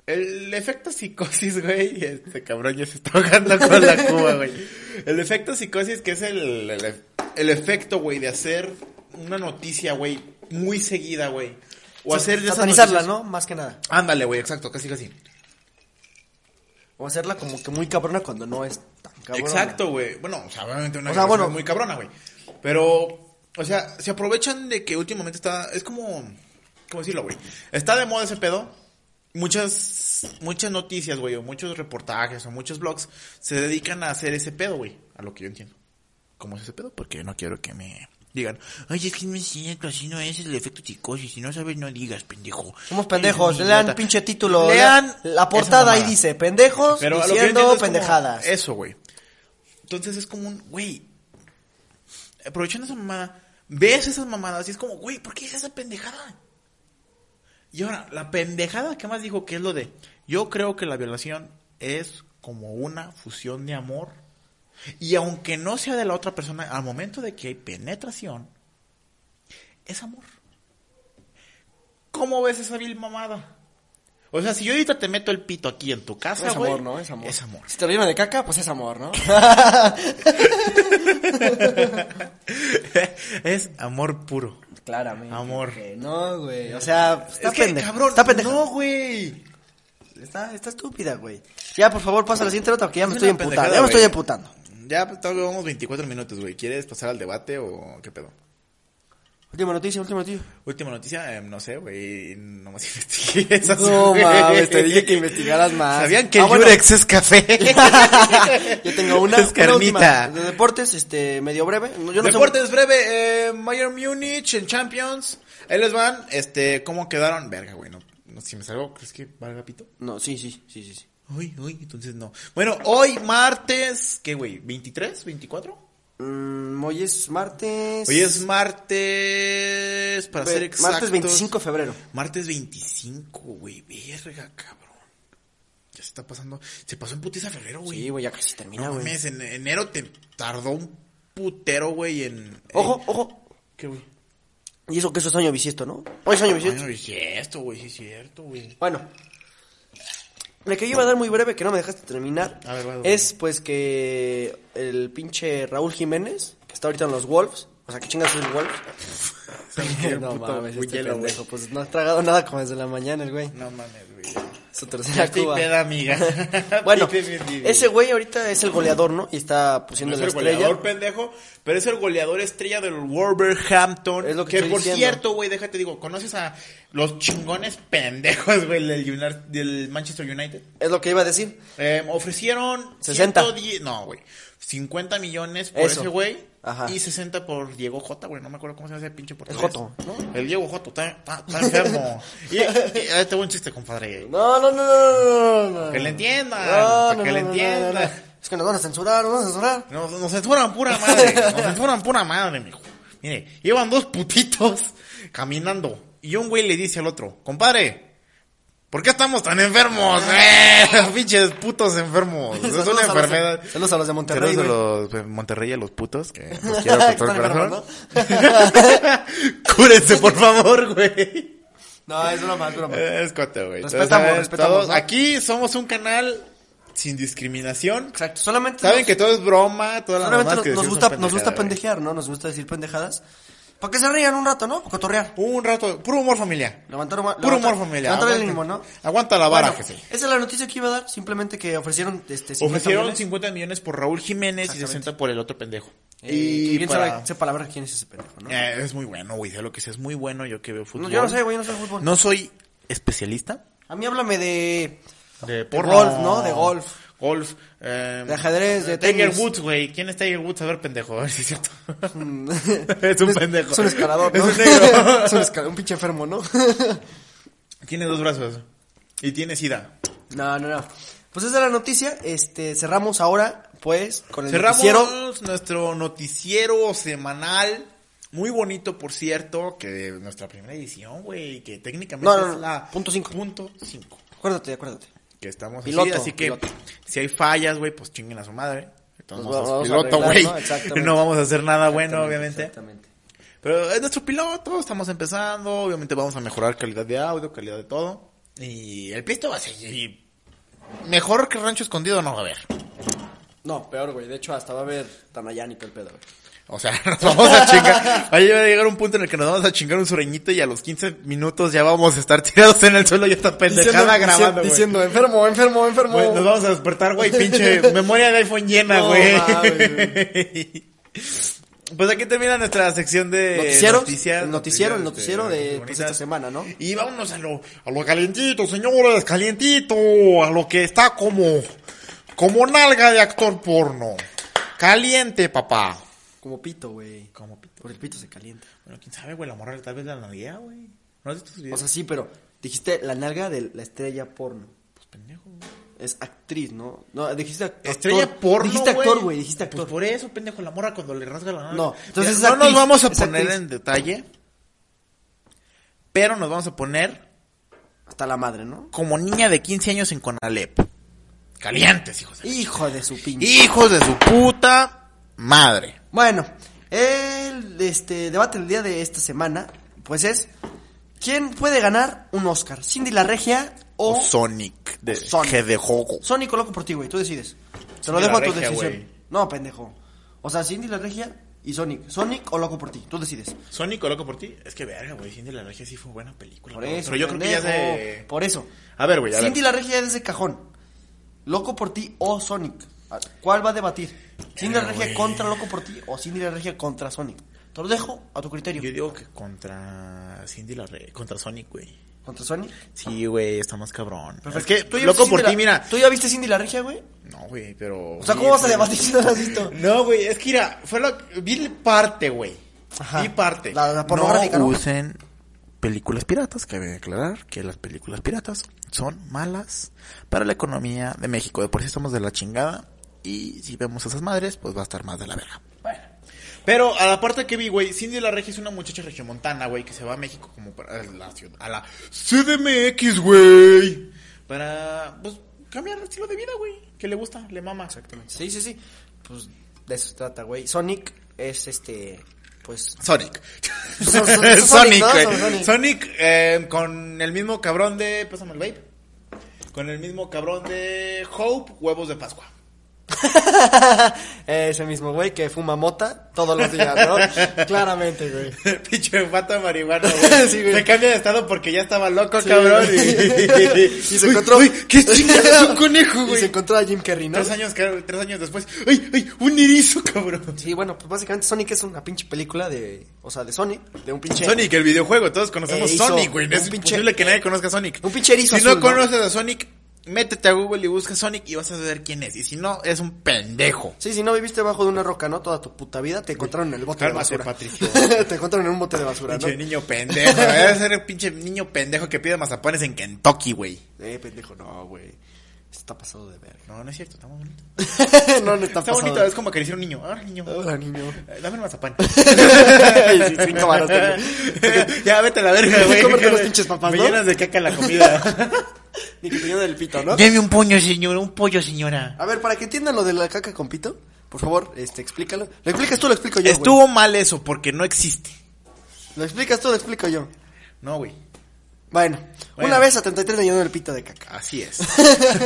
el efecto psicosis, güey, este cabrón ya se está ahogando con la cuba, güey. El efecto psicosis que es el, el, el efecto, güey, de hacer una noticia, güey, muy seguida, güey. O hacer de esas Satanizarla, noticias- ¿no? Más que nada. Ándale, güey, exacto, casi casi. O hacerla como que muy cabrona cuando no es tan cabrona. Exacto, güey. Bueno, o sea, obviamente una O sea, violación bueno. es muy cabrona, güey. Pero, o sea, se aprovechan de que últimamente está. Es como. ¿Cómo decirlo, güey? Está de moda ese pedo. Muchas, muchas noticias, güey, o muchos reportajes, o muchos blogs se dedican a hacer ese pedo, güey. A lo que yo entiendo. ¿Cómo es ese pedo? Porque yo no quiero que me digan, ay, es que no es cierto, así no es el efecto psicosis. Si no sabes, no digas, pendejo. Somos Eres pendejos, un lean idiota". pinche título. Lean Lean la portada esa ahí mamada. dice, pendejos Pero a lo que yo diciendo entiendo es como pendejadas. Eso, güey. Entonces es como un, güey. Aprovechando esa mamada, ves esas mamadas y es como, güey, ¿por qué es esa pendejada? Y ahora, la pendejada que más dijo que es lo de, yo creo que la violación es como una fusión de amor. Y aunque no sea de la otra persona, al momento de que hay penetración, es amor. ¿Cómo ves esa vil mamada? O sea, si yo ahorita te meto el pito aquí en tu casa, Es amor, güey, ¿no? Es amor. Es amor. Si te lo llenan de caca, pues es amor, ¿no? es amor puro. Claramente. Amor. Que No, güey. O sea, está es que, pendeja. cabrón, está pendeja. no, güey. Está, está estúpida, güey. Ya, por favor, pasa a la siguiente nota porque ya me Es estoy una emputando. Ya pendejada, me estoy güey. emputando. Ya pues, todavía vamos 24 minutos, güey. ¿Quieres pasar al debate o qué pedo? Última noticia, última noticia. Última noticia, eh, no sé, güey. Nomás investigué esas, No güey. mames, te dije que investigaras más. ¿Sabían que Ah, el bueno. Yurex es café? Yo tengo una, Es una última. carnita. De deportes, este, medio breve. No, Yo no sé- Deportes breve, eh, Bayern Múnich en Champions. Ahí les van, este, ¿cómo quedaron? Verga, güey, no, no sé si me salgo, ¿crees que valga pito? No, sí, sí, sí, sí. sí. Uy, uy, entonces no. Bueno, hoy martes, ¿qué güey? ¿23? ¿24? Mm, hoy es martes. Hoy es martes, para ser Ve- exactos. Martes 25 de febrero. Martes 25, güey, verga, cabrón. Ya ya se está pasando. Se pasó en putiza febrero, güey. Sí, güey, ya casi termina, No Ah, güey. mames, en enero te tardó un putero, güey, en. ojo, ojo. ¿Qué, güey? Y eso que eso es año bisiesto, ¿no? Hoy es año bisiesto. Bueno, y si esto, güey, sí es cierto, güey. Bueno. La que yo iba a dar muy breve, que no me dejaste terminar, A ver, va, va. es pues que el pinche Raúl Jiménez, que está ahorita en los Wolves, o sea, que chingas los Wolves. no puto mames, este buñuelo, güey. pendejo, pues no ha tragado nada como desde la mañana el güey. No mames, güey. Su Ya tercera estoy cuba. peda, amiga. Bueno, Estoy bien, bien, bien. ese güey ahorita es el goleador, ¿no? Y está No pusiendo es la el estrella. goleador, pendejo, pero es el goleador estrella del Wolverhampton. Es lo que estoy por diciendo. cierto, güey, déjate digo, ¿conoces a los chingones pendejos, güey, del, Unar- del Manchester United? Es lo que iba a decir. Eh, ofrecieron 60. 110 no, güey. 50 millones por Eso. ese güey. Ajá. Y 60 por Diego Jota, güey. No me acuerdo cómo se llama ese pinche portugués. Joto, ¿no? El Diego Joto está, está, está enfermo. y, y- ahí te voy un chiste, compadre. No, no, no, no, no, no, no. Que le entiendan, No, para no, que no, le no, no, entiendan. no, no. Es que nos van a censurar, nos van a censurar. Nos, nos censuran pura madre, nos censuran pura madre, mijo. Mire, iban dos putitos caminando y un güey le dice al otro, compadre, ¿por qué estamos tan enfermos? eh? Pinches putos enfermos. Es Saludos una a los de- enfermedad. saludos a los de Monterrey, Saludos a los de Monterrey, a los putos, que los quiero con todo el Están corazón. Cúrense, por favor, güey. No, es broma, es broma. Es cuate, güey. Respetamos, Entonces, respetamos, todos- ¿no? Aquí somos un canal sin discriminación. Exacto, solamente Saben nos- que todo es broma, todas las solamente mamás nos, que nos decimos gusta, son nos pendejadas, gusta güey. pendejear, ¿no? Nos gusta decir pendejadas. Para que se rían un rato, ¿no? Pa' cotorrear. Un rato, puro humor familiar. Levantar, un- Puro levantar- humor familiar. Levantar el Aguanta- ánimo, ¿no? Aguanta la vara, Bueno, jefe. Esa es la noticia que iba a dar, simplemente que ofrecieron este 50 Ofrecieron millones. 50 millones por Raúl Jiménez y Exactamente. 60 por el otro pendejo. Eh, y que quién para- sabe, sepa la verdad quién es ese pendejo, ¿no? Eh, es muy bueno, güey. Sea lo que sea, es muy bueno. Yo que veo fútbol. No, yo no sé, güey, no sé de fútbol. No soy especialista A mí háblame de de golf, ¿no? De golf. Golf. eh, De ajedrez, de Tiger tenis. Woods, güey. ¿Quién es Tiger Woods? A ver, pendejo. A ver si es cierto. es un pendejo. Es un escalador, ¿no? Es un negro. Es un, esca- un pinche enfermo, ¿no? tiene dos brazos. Y tiene sida. no, no, no. Pues esa es la noticia. Este, cerramos ahora, pues, con el Cerramos noticiero. nuestro noticiero semanal. Muy bonito, por cierto, que nuestra primera edición, güey, que técnicamente No, no, no, es la punto cinco. punto cinco, Acuérdate, acuérdate. que estamos Piloto, así, así que piloto. si hay fallas, güey, pues chinguen a su madre. Entonces, Nos vamos a vamos a piloto, arreglar, güey. ¿no? Exactamente. No vamos a hacer nada bueno, Eh, obviamente. Exactamente. Pero es nuestro piloto, estamos empezando, obviamente vamos a mejorar calidad de audio, calidad de todo. Y el pisto va a seguir. Mejor que Rancho Escondido no va a haber. No, peor, güey. De hecho, hasta va a haber Tanayán y todo el pedo, güey. O sea, nos vamos a chingar. Ahí va a llegar un punto en el que nos vamos a chingar un sureñito y a los 15 minutos ya vamos a estar tirados en el suelo y esta pendejada grabando, güey. Diciendo, enfermo, enfermo, enfermo. Güey, nos vamos a despertar, güey, pinche memoria de iPhone llena, No güey. mames, pues aquí termina nuestra sección de Noticieros, noticias, el noticiero, el noticias, noticiero de, este, pues, bonitas. esta semana, ¿no? Y vámonos a lo, a lo calientito, señores, calientito, a lo que está como, como nalga de actor porno. Caliente, papá. Como pito, güey. Como pito. Por el pito se calienta. Bueno, quién sabe, güey, la morra tal vez la nalguea, güey. ¿No has visto sus O videos? sea, sí, pero dijiste la nalga de la estrella porno. pues pendejo. güey. Es actriz, ¿no? No, dijiste actor. Estrella porno, Dijiste actor, güey. Dijiste Pues actor. por eso, pendejo, la morra cuando le rasga la nalga. No, entonces Mira, es no nos actriz, vamos a es poner actriz. en detalle, pero nos vamos a poner Hasta la madre, ¿no? como niña de 15 años en Conalep. Calientes, hijos de... Hijo de su pinche. Hijos de su puta madre. Bueno, el este, debate del día de esta semana, pues es, ¿quién puede ganar un Oscar? ¿Cindy la Regia o, O Sonic, de, Sonic. que de juego. Sonic o Loco por ti, güey? Tú decides. Te lo Cindy dejo la a tu Regia, decisión. güey. No, pendejo. O sea, Cindy la Regia y Sonic. Sonic o Loco por ti, tú decides. Sonic o Loco por ti. Es que verga, güey, Cindy la Regia sí fue buena película. Por cabrón. eso, pero yo creo que ya pendejo, se... Por eso. A ver, güey, a ver. Cindy la Regia es de cajón. Loco por ti o Sonic. Ah, ¿Cuál va a debatir? ¿Cindy la Pero, Regia güey. contra Loco por ti o Cindy la Regia contra Sonic? Te lo dejo a tu criterio. Yo digo que contra Cindy la Re- contra Sonic, güey. ¿Contra Sonic? Sí, güey, está más cabrón. es Perfecto. que ¿Tú ya loco viste por Cindy ti, la- mira. ¿Tú ya viste Cindy la regia, güey? No, güey, pero O sea, ¿cómo vas a debatir si no la has visto? No, güey, es que mira, fue lo vi parte, güey. Ajá. Vi parte. La- la pornográfica, ¿no? usen películas piratas, cabe declarar que las películas piratas son malas para la economía de México. De por sí estamos de la chingada y si vemos a esas madres, pues va a estar más de la verga. Pero a la parte que vi, güey, Cindy la Regia es una muchacha regiomontana, güey, que se va a México como para a la ciudad, a la CDMX, güey. Para, pues, cambiar el estilo de vida, güey. Que le gusta, le mama. Exactamente. Sí, sí, sí. Pues de eso se trata, güey. Sonic es este. Pues. Sonic. son- son- Sonic, Sonic, ¿no? güey. Son Sonic. Sonic, eh, con el mismo cabrón de. Pásame el vape. Con el mismo cabrón de Hope, huevos de Pascua. Ese mismo güey que fuma mota todos los días, ¿no? Claramente, güey. Pinche pata marihuana, güey. Sí, güey. Se cambia de estado porque ya estaba loco, Sí, cabrón. Y, güey. Y se encontró. Uy, uy, ¿Qué chingas es un conejo, Y se güey? encontró a Jim Carrey, ¿no? Tres años, ca- tres años después. ¡Ay, ay! ¡Un erizo, cabrón! Sí, bueno, pues básicamente Sonic es una pinche película de. O sea, de Sonic, de un pinche. Sonic, el videojuego, todos conocemos Erizo, Sonic, güey. no un Es pinche- imposible que nadie conozca a Sonic. un pinche erizo Si no azul, ¿no? conoces a Sonic, métete a Google y busca Sonic y vas a saber quién es. Y si no, es un pendejo. Sí, si no viviste bajo de una roca, ¿no? Toda tu puta vida te encontraron en el bote Cálmate, de basura. Patricio. te encontraron en un bote de basura, ¿no? Pinche niño pendejo. ¿eh? Debe ser el pinche niño pendejo que pide mazapanes en Kentucky, güey. Eh, pendejo, no, güey. Está pasado de verga. No, no es cierto, está muy bonito. no, no Está está, pasado. bonito, es como acariciar a un niño. Ahora, niño. Hola, niño. Eh, Dame un mazapán. Sí, sí, cámara, sí. ya, vete a la verga, güey. Cómete los pinches papas, Me ¿no? llenas de caca la comida. Ni que te llene del pito, ¿no? Deme un puño, señora, un pollo, señora. A ver, para que entiendan lo de la caca con pito, por favor, este, explícalo. ¿Lo explicas tú o lo explico yo, güey? Estuvo mal eso, porque no existe. ¿Lo explicas tú o lo explico yo? No, güey. Bueno, Bueno. una vez a 33 le llenó el pito de caca. Así es.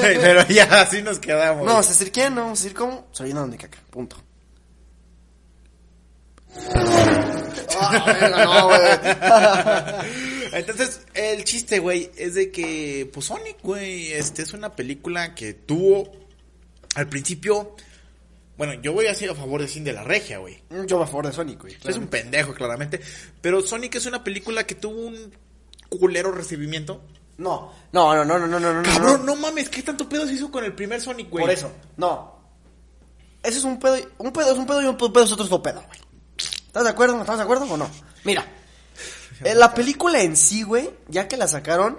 Pero ya, así nos quedamos. No, vamos a decir quién, no vamos a decir cómo, se lo llenaron de caca, punto. Ah, verga, no, güey. Entonces, el chiste, güey, es de que, pues Sonic, güey, este es una película que tuvo al principio. Bueno, yo voy a ser a favor de Sin de la Regia, güey. Yo a favor de Sonic, güey. Es un pendejo, claramente. Pero Sonic es una película que tuvo un culero recibimiento. No, no, no, no, no, no, no, no. Cabrón, no mames, ¿qué tanto pedo se hizo con el primer Sonic, güey? Por eso, no. Eso es un pedo, y- un pedo es un pedo y un pedo es otro pedo, güey. ¿Estás de acuerdo? ¿Estás de acuerdo o no? Mira, eh, la película en sí, güey, ya que la sacaron,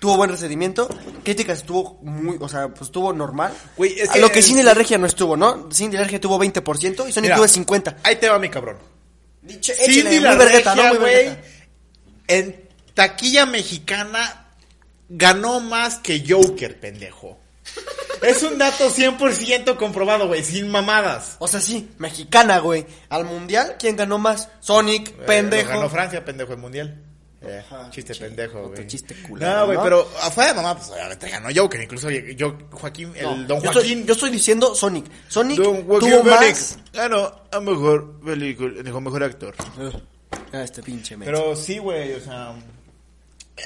tuvo buen recibimiento, críticas estuvo muy, o sea, pues estuvo normal. Güey, es A que- lo que Cindy la Regia no estuvo, ¿no? Cindy la Regia tuvo 20% y Sonic Mira, tuvo 50. Ahí te va mi cabrón. Dicho, Cindy échale, la muy vergueta, Regia, ¿no? Muy güey, vergueta. en taquilla mexicana ganó más que Joker, pendejo. es un dato 100% comprobado, güey, sin mamadas. O sea, sí, mexicana, güey. Al mundial, ¿quién ganó más? Sonic, pendejo. Eh, lo ganó Francia, pendejo, el mundial. Eh, Ajá, chiste chiste, pendejo, otro güey. chiste culero, No, güey, ¿no? pero afuera de mamá, pues obviamente ganó Joker. Incluso yo, Joaquín, No, el Don yo, Joaquín. estoy, yo estoy diciendo Sonic. Sonic Don Joaquín tuvo Phoenix más. ganó a mejor película, dijo mejor actor. Ah, este pinche menso. Pero sí, güey, o sea.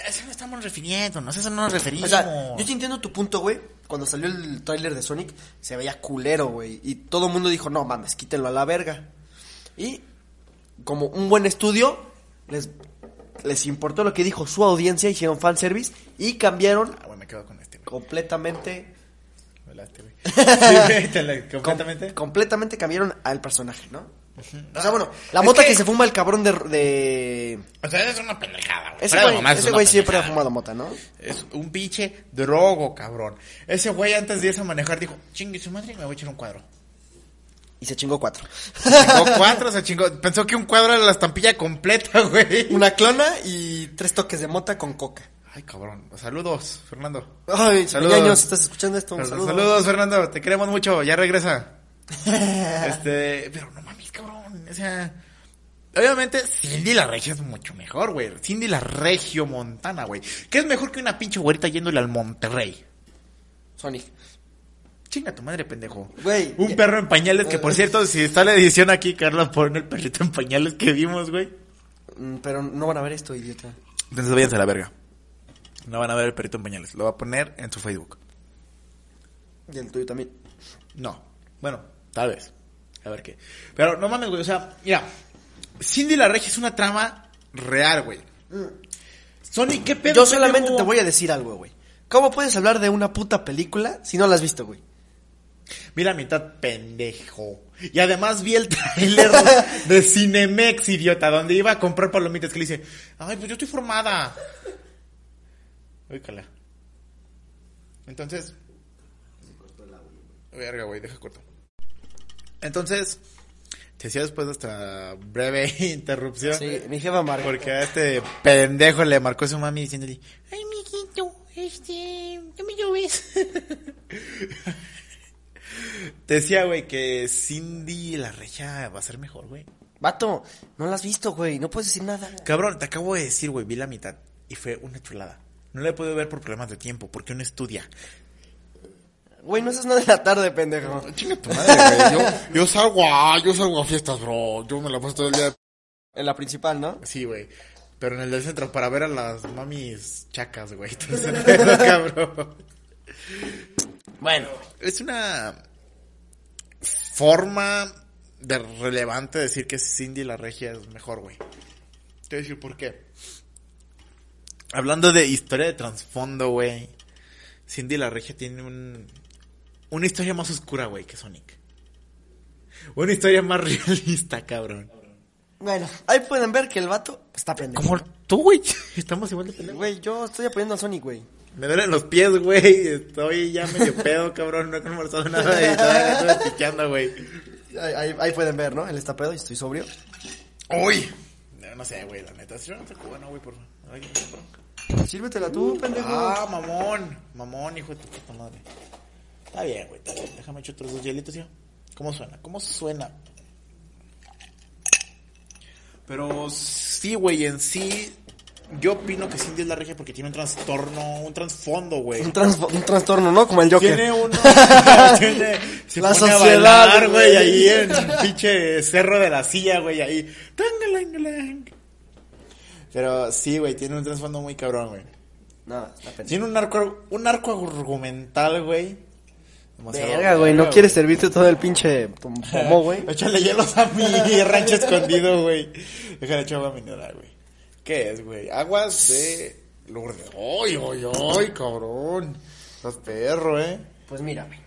A eso no estamos refiriendo, ¿no? A eso no nos referimos. O sea, yo sí entiendo tu punto, güey. Cuando salió el tráiler de Sonic, se veía culero, güey. Y todo el mundo dijo, no mames, quítenlo a la verga. Y como un buen estudio, les, les importó lo que dijo su audiencia, hicieron fanservice y cambiaron Ah, güey, me quedo con este, güey. completamente... Me late, güey. Sí, güey, te la- com- completamente. completamente cambiaron al personaje, ¿no? O Ah, sea, bueno, la es mota que- que... se fuma el cabrón de... de... O sea, es una pendejada, güey. Ese Fuera de güey, mamás, es ese una güey siempre ha pendejada. fumado mota, ¿no? Es un pinche drogo, cabrón. Ese güey antes de irse a manejar dijo, chingue su madre, me voy a echar un cuadro. Y se chingó cuatro. Se Chingó cuatro, se chingó. Pensó que un cuadro era la estampilla completa, güey. Una clona y tres toques de mota con coca. Ay, cabrón. Saludos, Fernando. Ay, Saludos. Peñaño, si estás escuchando esto, un Pero- saludo. Saludos. Fernando, te queremos mucho, ya regresa. este, pero no mames, cabrón, o sea, obviamente Cindy la Regia es mucho mejor, güey. Cindy la Regio Montana, güey. ¿Qué es mejor que una pinche güerita yéndole al Monterrey? Sonic. Chinga tu madre, pendejo. Güey. Un ya- perro en pañales, que por cierto, si está la edición aquí, Carla pone el perrito en pañales que vimos, güey. Mm, Pero no van a ver esto, idiota. Entonces váyanse a la verga. No van a ver el perrito en pañales, lo va a poner en su Facebook. Y el tuyo también. No. Bueno, tal vez. A ver qué. Pero no mames, güey. O sea, mira. Cindy la Regia es una trama real, güey. Sonic, ¿qué pedo? Mm. Yo solamente pendejo? te voy a decir algo, güey. ¿Cómo puedes hablar de una puta película si no la has visto, güey? Mira, mitad pendejo. Y además vi el trailer de Cinemex, idiota, donde iba a comprar palomitas que le dice, ay, pues yo estoy formada. Uy, cala. Entonces... Verga, güey, deja corto. Entonces, te decía después de esta breve interrupción. Sí, Eh, mi jefa Margot. Porque a este pendejo le marcó su mami diciéndole, ay, mijito, este, no me lloves. Te decía, güey, que Cindy la regia va a ser mejor, güey. Vato, no la has visto, güey. No puedes decir nada. Cabrón, te acabo de decir, güey, vi la mitad y fue una chulada. No la he podido ver por problemas de tiempo, porque uno estudia. Güey, no es nada de la tarde, pendejo. Chinga tu madre, güey. Yo, yo salgo a, yo salgo a fiestas, bro. Yo me la paso todo el día. En la principal, ¿no? Sí, güey. Pero en el del centro, para ver a las mamis chacas, güey. Todo ese pedo, cabrón. Bueno. Es una forma de relevante decir que Cindy la regia es mejor, güey. Te voy a decir por qué. Hablando de historia de trasfondo, güey. Cindy la regia tiene un, una historia más oscura, güey, que Sonic. Una historia más realista, cabrón. Bueno, ahí pueden ver que el vato está pendejo. Como tú, güey. Estamos igual de pendejos. Güey, yo estoy apoyando a Sonic, güey. Me duelen los pies, güey. Estoy ya medio pedo, cabrón. No he conversado nada y todavía estoy pichando, güey. Ahí, ahí- ahí pueden ver, ¿no? Él está pedo y estoy sobrio. ¡Uy! No, no sé, güey, la neta. Si yo no soy cubano, güey, por favor. Ay, qué bronca. Sírvetela tú, pendejo. Ah, mamón. Mamón, hijo de tu puta madre. Está bien, güey, está bien. Déjame echar otros dos hielitos, tío. ¿Cómo suena? ¿Cómo suena? Pero sí, güey, en sí. Yo opino que Cindy es la regia porque tiene un trastorno, un trasfondo, güey. Un, transfo- un trastorno, ¿no? Como el Joker. Tiene uno. tiene, se La pone a sociedad, bailar, güey, güey. ahí en pinche cerro de la silla, güey, ahí. Tangalangalang. Pero sí, güey, tiene un trasfondo muy cabrón, güey. No, está pendejo. Tiene un arco, un arco argumental, güey. Demasiado Verga, güey, no verga, quieres servirte todo el pinche pom- pomo, güey. Échale hielos a mi rancho escondido, güey. Déjale echar agua mineral, güey. ¿Qué es, güey? Aguas de Lourdes. Ay, ay, ay, cabrón. Estás perro, eh. Pues mira, güey.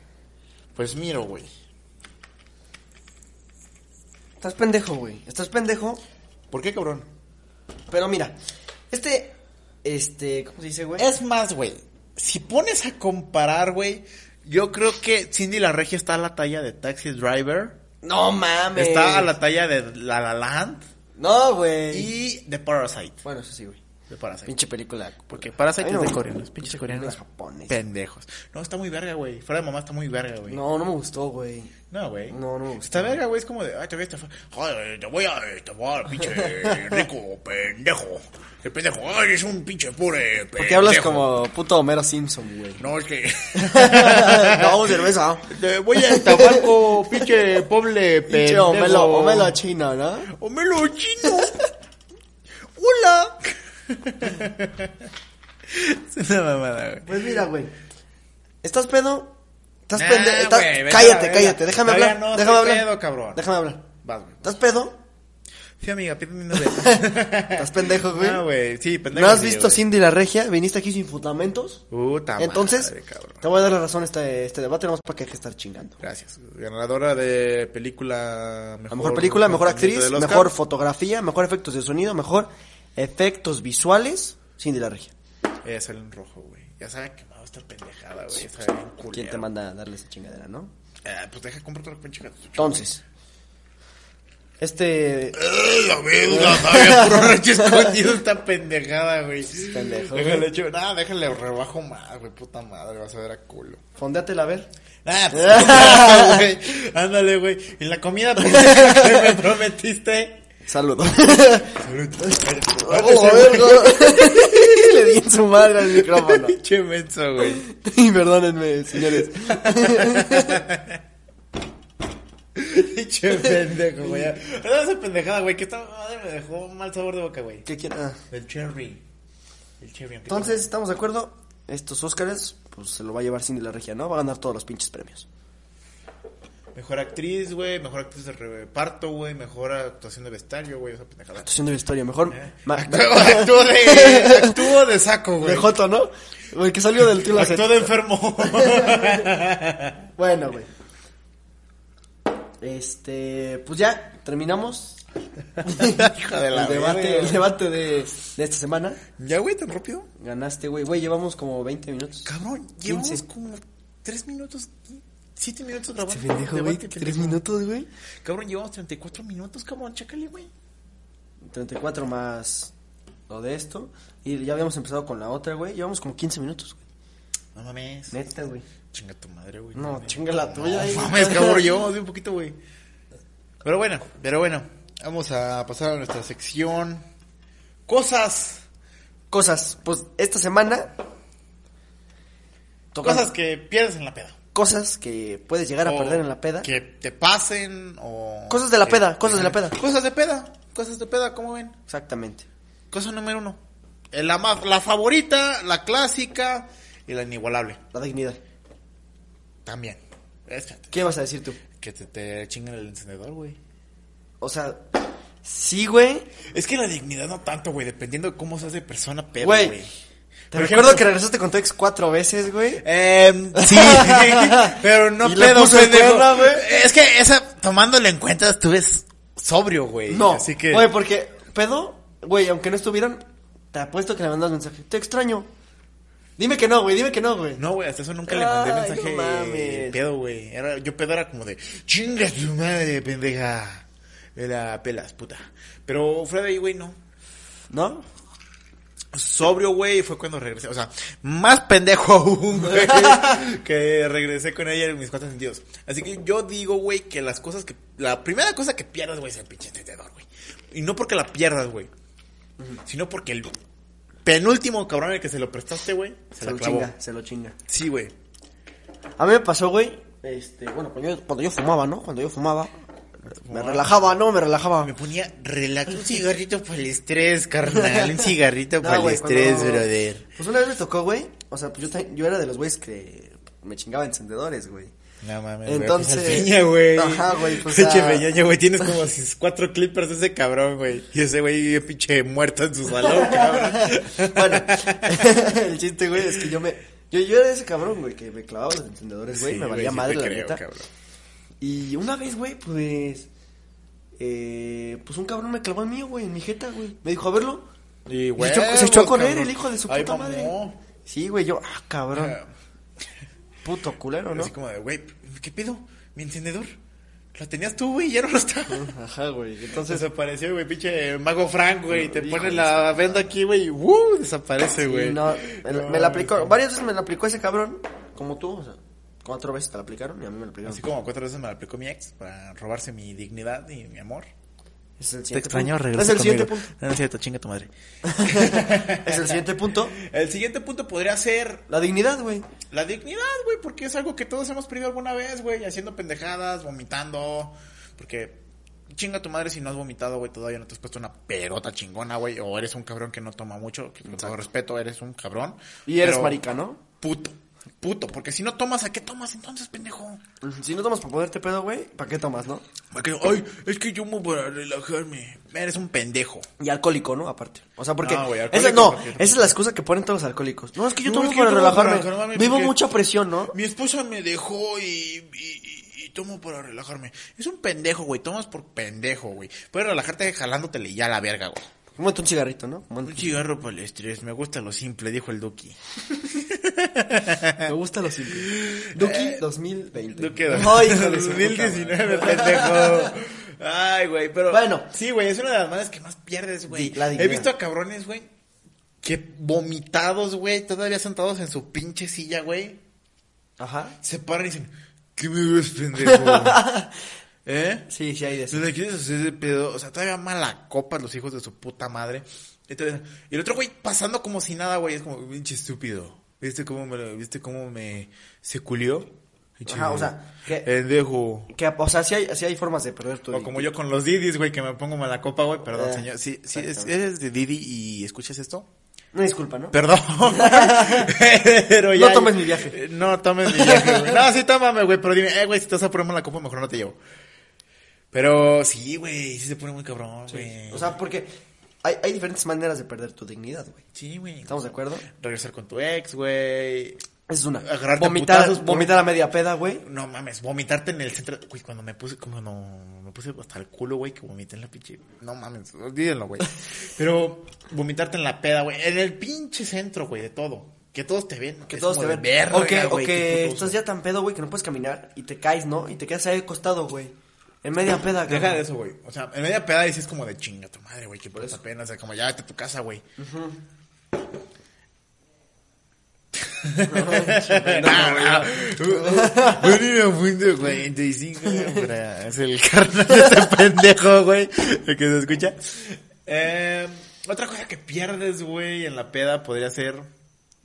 Pues miro, güey. Estás pendejo, güey. Estás pendejo, ¿Por qué, cabrón? pero mira. Este, este, ¿cómo se dice, güey? Es más, güey, si pones a comparar, güey, yo creo que Cindy la Regia está a la talla de Taxi Driver, No mames. está a la talla de La La Land No, güey. y de Parasite. Bueno, eso sí, güey. De Parasite. Pinche película. Porque Parasite Ay, no es de me- coreanos, pinches coreanos. japoneses. Pendejos. No, está muy verga, güey. Fuera de mamá está muy verga, güey. No, no me gustó, güey. No, güey. No, no me gustó. Está verga, güey. Es como de, ay, te voy a estafar. Ay, te voy a estafar, pinche rico, pendejo. El pendejo, ay, es un pinche pobre pendejo. Porque hablas como puto Homero Simpson, güey. No, es que... no, cerveza. Te Este, voy a Tabasco, pinche pobre Pinche pendejo. Homelo, Homelo chino, ¿no? Homelo chino. Hola. es una mamada, güey. Pues mira, güey. ¿Estás pedo? ¿Estás Nah, pendejo? güey, vete a la cállate, verga. cállate. Déjame Todavía hablar. no déjame estoy hablar. pedo, cabrón. Déjame hablar. Vas, güey. ¿Estás pedo? Sí, amiga, pídeme una vez. ¿Estás pendejo, güey? Ah, güey, sí, pendejo. ¿No has sí, visto güey. Cindy la Regia? ¿Viniste aquí sin fundamentos? Puta madre, Entonces, cabrón. te voy a dar la razón a este, este debate, no más para que hay que estar chingando. Gracias. Ganadora de película mejor, La mejor película, mejor actriz, del Oscar. mejor fotografía, mejor efectos de sonido, mejor efectos visuales, Cindy la Regia. Eh, sale en rojo, güey. Ya sabe quemado esta pendejada, güey. Ya sabe bien culero. pues, ¿Quién te manda a darle esa chingadera, no? Eh, pues deja comprar otra pinche gato. Entonces, este... ¡Eh, la verga! Había puro rancho escondido esta pendejada, güey. pendejo, Déjale, hecho. Nah, déjale, rebajo más, güey. Puta madre, vas a ver a culo. Fondéatela a ver. Nah, pues, güey. Ándale, güey. Y la comida pues, pendeja que me prometiste. Saludo. Antes se me- Le di en su madre al micrófono. Pinche menso, güey. Y perdónenme, señores. Pinche pendejo, güey. Ahora esa pendejada, güey. Que esta madre me dejó un mal sabor de boca, güey. ¿Qué quieren? Ah. El cherry. El cherry. aunque- Entonces, ¿estamos de acuerdo? Estos Óscares, pues se lo va a llevar Cindy la Regia, ¿no? Va a ganar todos los pinches premios. Mejor actriz, güey. Mejor actriz de reparto, güey. Mejor actuación de vestuario, güey. Esa pendejada. Actuación de la historia, mejor. Eh. ma- Actúo actúo de, actúo de saco, güey. de Joto, ¿no? El que salió del tío Actúo de enfermo. Bueno, güey. Este, pues ya, terminamos. Hija de la el debate, verga, el güey. debate de, de esta semana. Ya, güey, tan rápido. Ganaste, güey. Güey, llevamos como 20 minutos. Cabrón, llevamos Quince. como 3 minutos, 7 minutos grabando. Este pendejo, Debate, güey. pendejo. Tres minutos, güey. Cabrón, llevamos 34 minutos, cabrón. Chécale, güey. 34 más lo de esto. Y ya habíamos empezado con la otra, güey. Llevamos como 15 minutos, güey. No mames. Neta, güey. Chinga tu madre, güey. No, mames. chinga la tuya. No ahí. mames, cabrón, yo hace un poquito, güey. Pero bueno, pero bueno. Vamos a pasar a nuestra sección. Cosas. Cosas, pues esta semana. tocan Cosas que pierdes en la peda. cosas que puedes llegar a O perder en la peda. Que te pasen o... Cosas de la que- peda, cosas de la peda. Cosas de peda, cosas de peda, ¿cómo ven? Exactamente. Cosa número uno. Eh, La, ma- la favorita, la clásica y la inigualable. La dignidad. También. Espérate. ¿Qué vas a decir tú? Que te, te chingan el encendedor, güey. O sea, sí, güey. Es que la dignidad no tanto, güey. Dependiendo de cómo seas de persona, peda, Güey, güey. Te Por recuerdo ejemplo- que regresaste con tu ex cuatro veces, güey. Em, sí, pero no Y le pedo, puso el pendejo. cuerno, güey. Es que esa, tomándole en cuenta, estuve sobrio, güey. No, Así que... güey, porque pedo, güey, aunque no estuvieran, te apuesto que le mandas mensaje. Te extraño. Dime que no, güey, dime que no, güey. No, güey, hasta eso nunca le mandé Ay, mensaje no mames. pedo, güey. Era, yo pedo era como de, chinga tu madre, pendeja. Me la pelas, puta. Pero fuera de ahí, güey, no. ¿No? Sobrio, güey, fue cuando regresé. O sea, más pendejo aún, güey, que regresé con ella en mis cuatro sentidos. Así que yo digo, güey, que las cosas que... La primera cosa que pierdas, güey, es el pinche encendedor, güey. Y no porque la pierdas, güey. Sino porque el penúltimo cabrón al que se lo prestaste, güey, se, Se, la lo clavó. chinga, se lo chinga. Sí, güey. A mí me pasó, güey, este, bueno, cuando yo, cuando yo fumaba, ¿no? Cuando yo fumaba, me relajaba, ¿no? Me relajaba. Me ponía relax. Un cigarrito para el estrés, carnal. Un cigarrito No, para el güey, estrés, cuando- brother. Pues una vez me tocó, güey. O sea, pues yo, ta- yo era de los güeyes que me chingaba encendedores, güey. No mames, Entonces- güey. pues, al Peña, güey. Ajá, güey, pues, Pinche ah. Peña, güey. Tienes como sus cuatro clippers de ese cabrón, güey. Y ese güey vive pinche muerto en su salón, cabrón. Bueno, el chiste, güey, es que yo me. Yo, yo era ese cabrón, güey, que me clavaba los encendedores, Pues, güey. Sí, me sí valía te madre, la creo, neta. cabrón. Y una vez, güey, pues. Eh, pues un cabrón me clavó el mío, güey, en mi jeta, güey. Me dijo, a verlo. Y, Y güey. se echó, se echó a correr el hijo de su puta madre. Sí, güey, yo, ah, cabrón. Puto culero, ¿no? Así como de, güey, ¿qué pido? ¿Mi encendedor? ¿La tenías tú, güey? Ya no lo estaba. Ajá, güey. Entonces Entonces, desapareció, güey, pinche mago Frank, güey. Te Hijo pone de la venda aquí, güey, y ¡uh! Desaparece, güey. Sí, no, me, me la aplicó, varias veces me la aplicó ese cabrón, como tú, o sea, cuatro veces te la aplicaron y a mí me la aplicaron. Así como cuatro veces me la aplicó mi ex para robarse mi dignidad y mi amor. Ese es el Te siguiente extrañó, punto. regresa Es el siguiente conmigo. No, no es cierto, chinga tu madre. punto. Es el siguiente punto. El siguiente punto podría ser La dignidad, güey. la dignidad, güey, porque es algo que todos hemos perdido alguna vez, güey, haciendo pendejadas, vomitando, porque chinga tu madre si no has vomitado, güey, todavía no te has puesto una pelota chingona, güey, o eres un cabrón que no toma mucho, que con todo respeto, eres un cabrón. Y eres pero marica, ¿no? Puto, puto, porque si no tomas, ¿a qué tomas entonces, pendejo? Si no tomas para ponerte pedo, güey, ¿para qué tomas, no? Porque, ay, es que yo me voy a relajarme. Eres un pendejo. Y alcohólico, ¿no? Aparte. O sea, porque No, güey, alcohólico esa, no, porque- esa es la excusa que ponen todos los alcohólicos. No, es que yo No, tomo es que yo para tomo para relajarme. calmarme Vivo porque- mucha presión, ¿no? Mi esposa me dejó y, y- y- y tomo para relajarme. Es un pendejo, güey. Tomas por pendejo, güey. Puedes relajarte jalándotele y ya a la verga, güey. Fúmate un cigarrito, ¿no? Un Fúmate- cigarro para el estrés. Me gusta lo simple, dijo el Duki. Me gusta lo simple. Eh, Duki 2020. Duki Ay, hijo de su puta madre. 2019, pendejo. Ay, güey, pero. Bueno. Sí, güey, es una de las maneras que más pierdes, güey. Di- la He dignidad. visto a cabrones, güey, que vomitados, güey, todavía sentados en su pinche silla, güey. Ajá. Se paran y dicen, ¿qué me ves, pendejo? ¿Eh? Sí, sí hay de eso. Si le quieres hacer de pedo, o sea, todavía mala copa los hijos de su puta madre. Y todavía- y el otro güey pasando como si nada, güey, es como, pinche estúpido. ¿Viste cómo me, lo- viste cómo me se culió? Pinche Ajá, o sea, que- Pendejo. Que, o sea, sí hay, sí hay formas de perder tu O como yo con los Didis, güey, que me pongo mala copa, güey. Perdón, Eh, señor. Si, si es- exactamente. eres de Didi y escuchas esto, Una disculpa, ¿no? Perdón. pero No ya- tomes mi viaje. Eh, No tomes mi viaje, güey. No, sí, tómame, güey. Pero dime, eh, güey, si te vas a poner mala copa, mejor no te llevo. Pero sí, güey, sí se pone muy cabrón, güey. O sea, porque hay, hay diferentes maneras de perder tu dignidad, güey. sí, güey. ¿Estamos de acuerdo? Esa Regresar con tu ex, güey. es una. Agarrarte a vomitar, putazos por- vomitar a media peda, güey. No mames, vomitarte en el centro. Güey, cuando me puse, como no, me puse hasta el culo, güey, que vomité en la pinche. No mames, olvídenlo, güey. Pero vomitarte en la peda, güey. En el pinche centro, güey, de todo. Que todos te ven. Que todos te ven. Verga, o que, o güey, que qué putos, estás ya tan pedo, güey, que no puedes caminar y te caes, ¿no? Y te quedas ahí acostado, güey. En media peda, güey. Deja de eso, güey. O sea, en media peda dices como de chinga tu madre, güey, que por esa pena, o sea, como ya vete a tu casa, güey. Bueno, fui de 45 para hacer el carnal de este pendejo, güey. El que se escucha. Eh, otra cosa que pierdes, güey, en la peda podría ser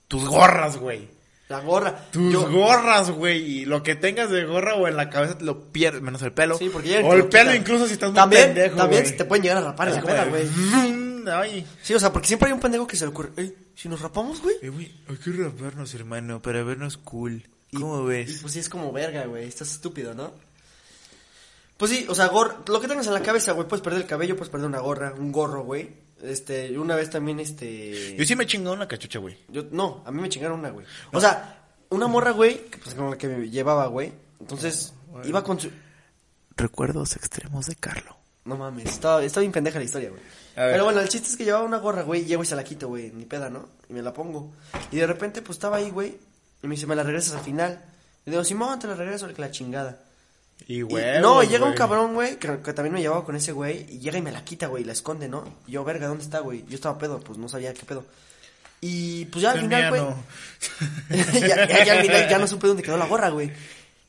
tus gorras, güey. La gorra. Tus Yo- gorras, güey. Y lo que tengas de gorra o en la cabeza te lo pierdes, menos el pelo. Sí, porque ya O te el lo pelo quitan. incluso si estás muy también, pendejo, También güey. se te pueden llegar a rapar en Así la como peda, de, güey. "Vroom". Ay. Sí, o sea, porque siempre hay un pendejo que se le ocurre, "Ey, si nos rapamos, güey. Eh, güey, hay que raparnos, hermano, para vernos cool. ¿Cómo Y ves? pues sí, es como verga, güey. Estás estúpido, ¿no? Pues sí, o sea, gor- lo que tengas en la cabeza, güey. Puedes perder el cabello, puedes perder una gorra, un gorro, güey. Este, una vez también, este. Yo sí me chingó una cachucha, güey. Yo, no, a mí me chingaron una, güey. Ah. O sea, una morra, güey, que, pues con la que me llevaba, güey. Entonces, Ah, iba con su. Recuerdos extremos de Carlo. No mames, estaba, estaba bien pendeja la historia, güey. A ver. Pero bueno, el chiste es que llevaba una gorra, güey, y llego y se la quito, güey, ni peda, ¿no? Y me la pongo. Y de repente, pues estaba ahí, güey, y me dice, me la regresas al final. Le digo, Simón, te la regreso, que la chingada. Y, Y- güey. no, y llega un cabrón, güey, que, que también me llevaba con ese güey, y llega y me la quita, güey, y la esconde, ¿no? Y yo, verga, ¿dónde está, güey? Yo estaba pedo, pues no sabía qué pedo. Y pues ya al final, güey. ya, ya- ya al final ya no supe dónde quedó la gorra, güey.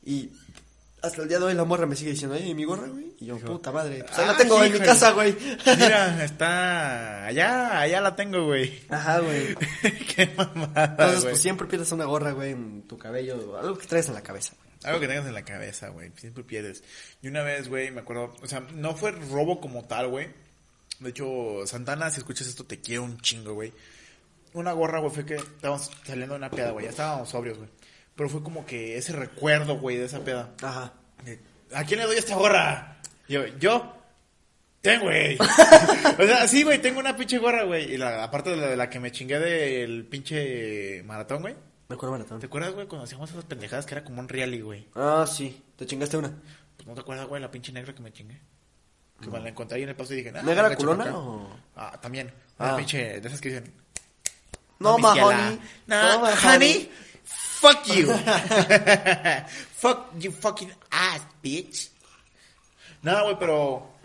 Y hasta el día de hoy la morra me sigue diciendo, ay, mi gorra, güey. Y yo, puta madre, pues ahí Ah, la tengo sí, en mi güey. casa, güey. Mira, está allá, allá la tengo, güey. Ajá, güey. Qué mamada, Entonces, Ah, güey. pues siempre pierdes una gorra, güey, en tu cabello, algo que traes en la cabeza. güey. Algo que tengas en la cabeza, güey. Siempre pierdes. Y una vez, güey, me acuerdo. O sea, no fue robo como tal, güey. De hecho, Santana, si escuchas esto, te quiero un chingo, güey. Una gorra, güey, fue que estábamos saliendo de una peda, güey. Ya estábamos sobrios, güey. Pero fue como que ese recuerdo, güey, de esa peda. Ajá. Eh, ¿A quién le doy esta gorra? Yo, yo. Ten, güey. o sea, sí, güey, tengo una pinche gorra, güey. Y la, aparte de la, de la que me chingué del pinche maratón, güey. Me acuerdo maratón. ¿Te acuerdas, güey, cuando hacíamos esas pendejadas que era como un rally, güey? Ah, sí. Te chingaste una. Pues no te acuerdas, güey, la pinche negra que me chingué. Que me la encontré ahí en el paso y dije, ah, ¿Negra venga, culona chamaca. o? Ah, también. Una Ah. pinche de esas que dicen. No, mis ma, que la- honey. No, No, ma, honey. honey. Fuck you. fuck you fucking ass, bitch. No, güey, pero.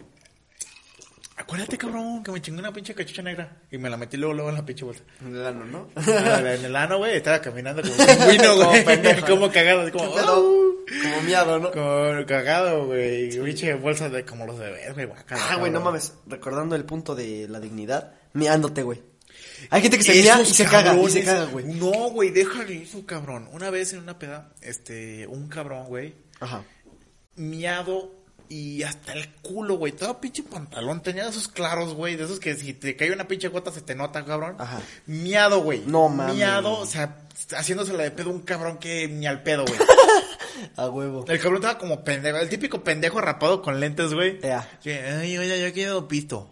Acuérdate, cabrón, que me chingué una pinche cachucha negra. Y me la metí luego, luego en la pinche bolsa. En el ano, ¿no? Ah, en el ano, güey, estaba caminando como un güino, Como güey. pendejo. como cagado, así como. ¿Qué pedo? "Oh". Como miado, ¿no? Con cagado, güey. Pinche bolsas de como los bebés, güey. guácala, Ah, güey, no cabrón. mames. Recordando el punto de la dignidad, meándote, güey. Hay gente que se mea y Esos se caga, y se cabrones- caga, güey. No, güey, déjale eso, cabrón. Una vez en una peda, este, un cabrón, güey, Ajá. miado y hasta el culo, güey. Todo pinche pantalón. Tenía de esos claros, güey. De esos que si te cae una pinche gota se te nota, cabrón. Ajá. Miado, güey. No mames. Miado, o sea, haciéndosela de pedo un cabrón que ni al pedo, güey. A huevo. El cabrón estaba como pendejo, el típico pendejo rapado con lentes, güey. Ea. Sí, Ay, oye, yo quedo pito.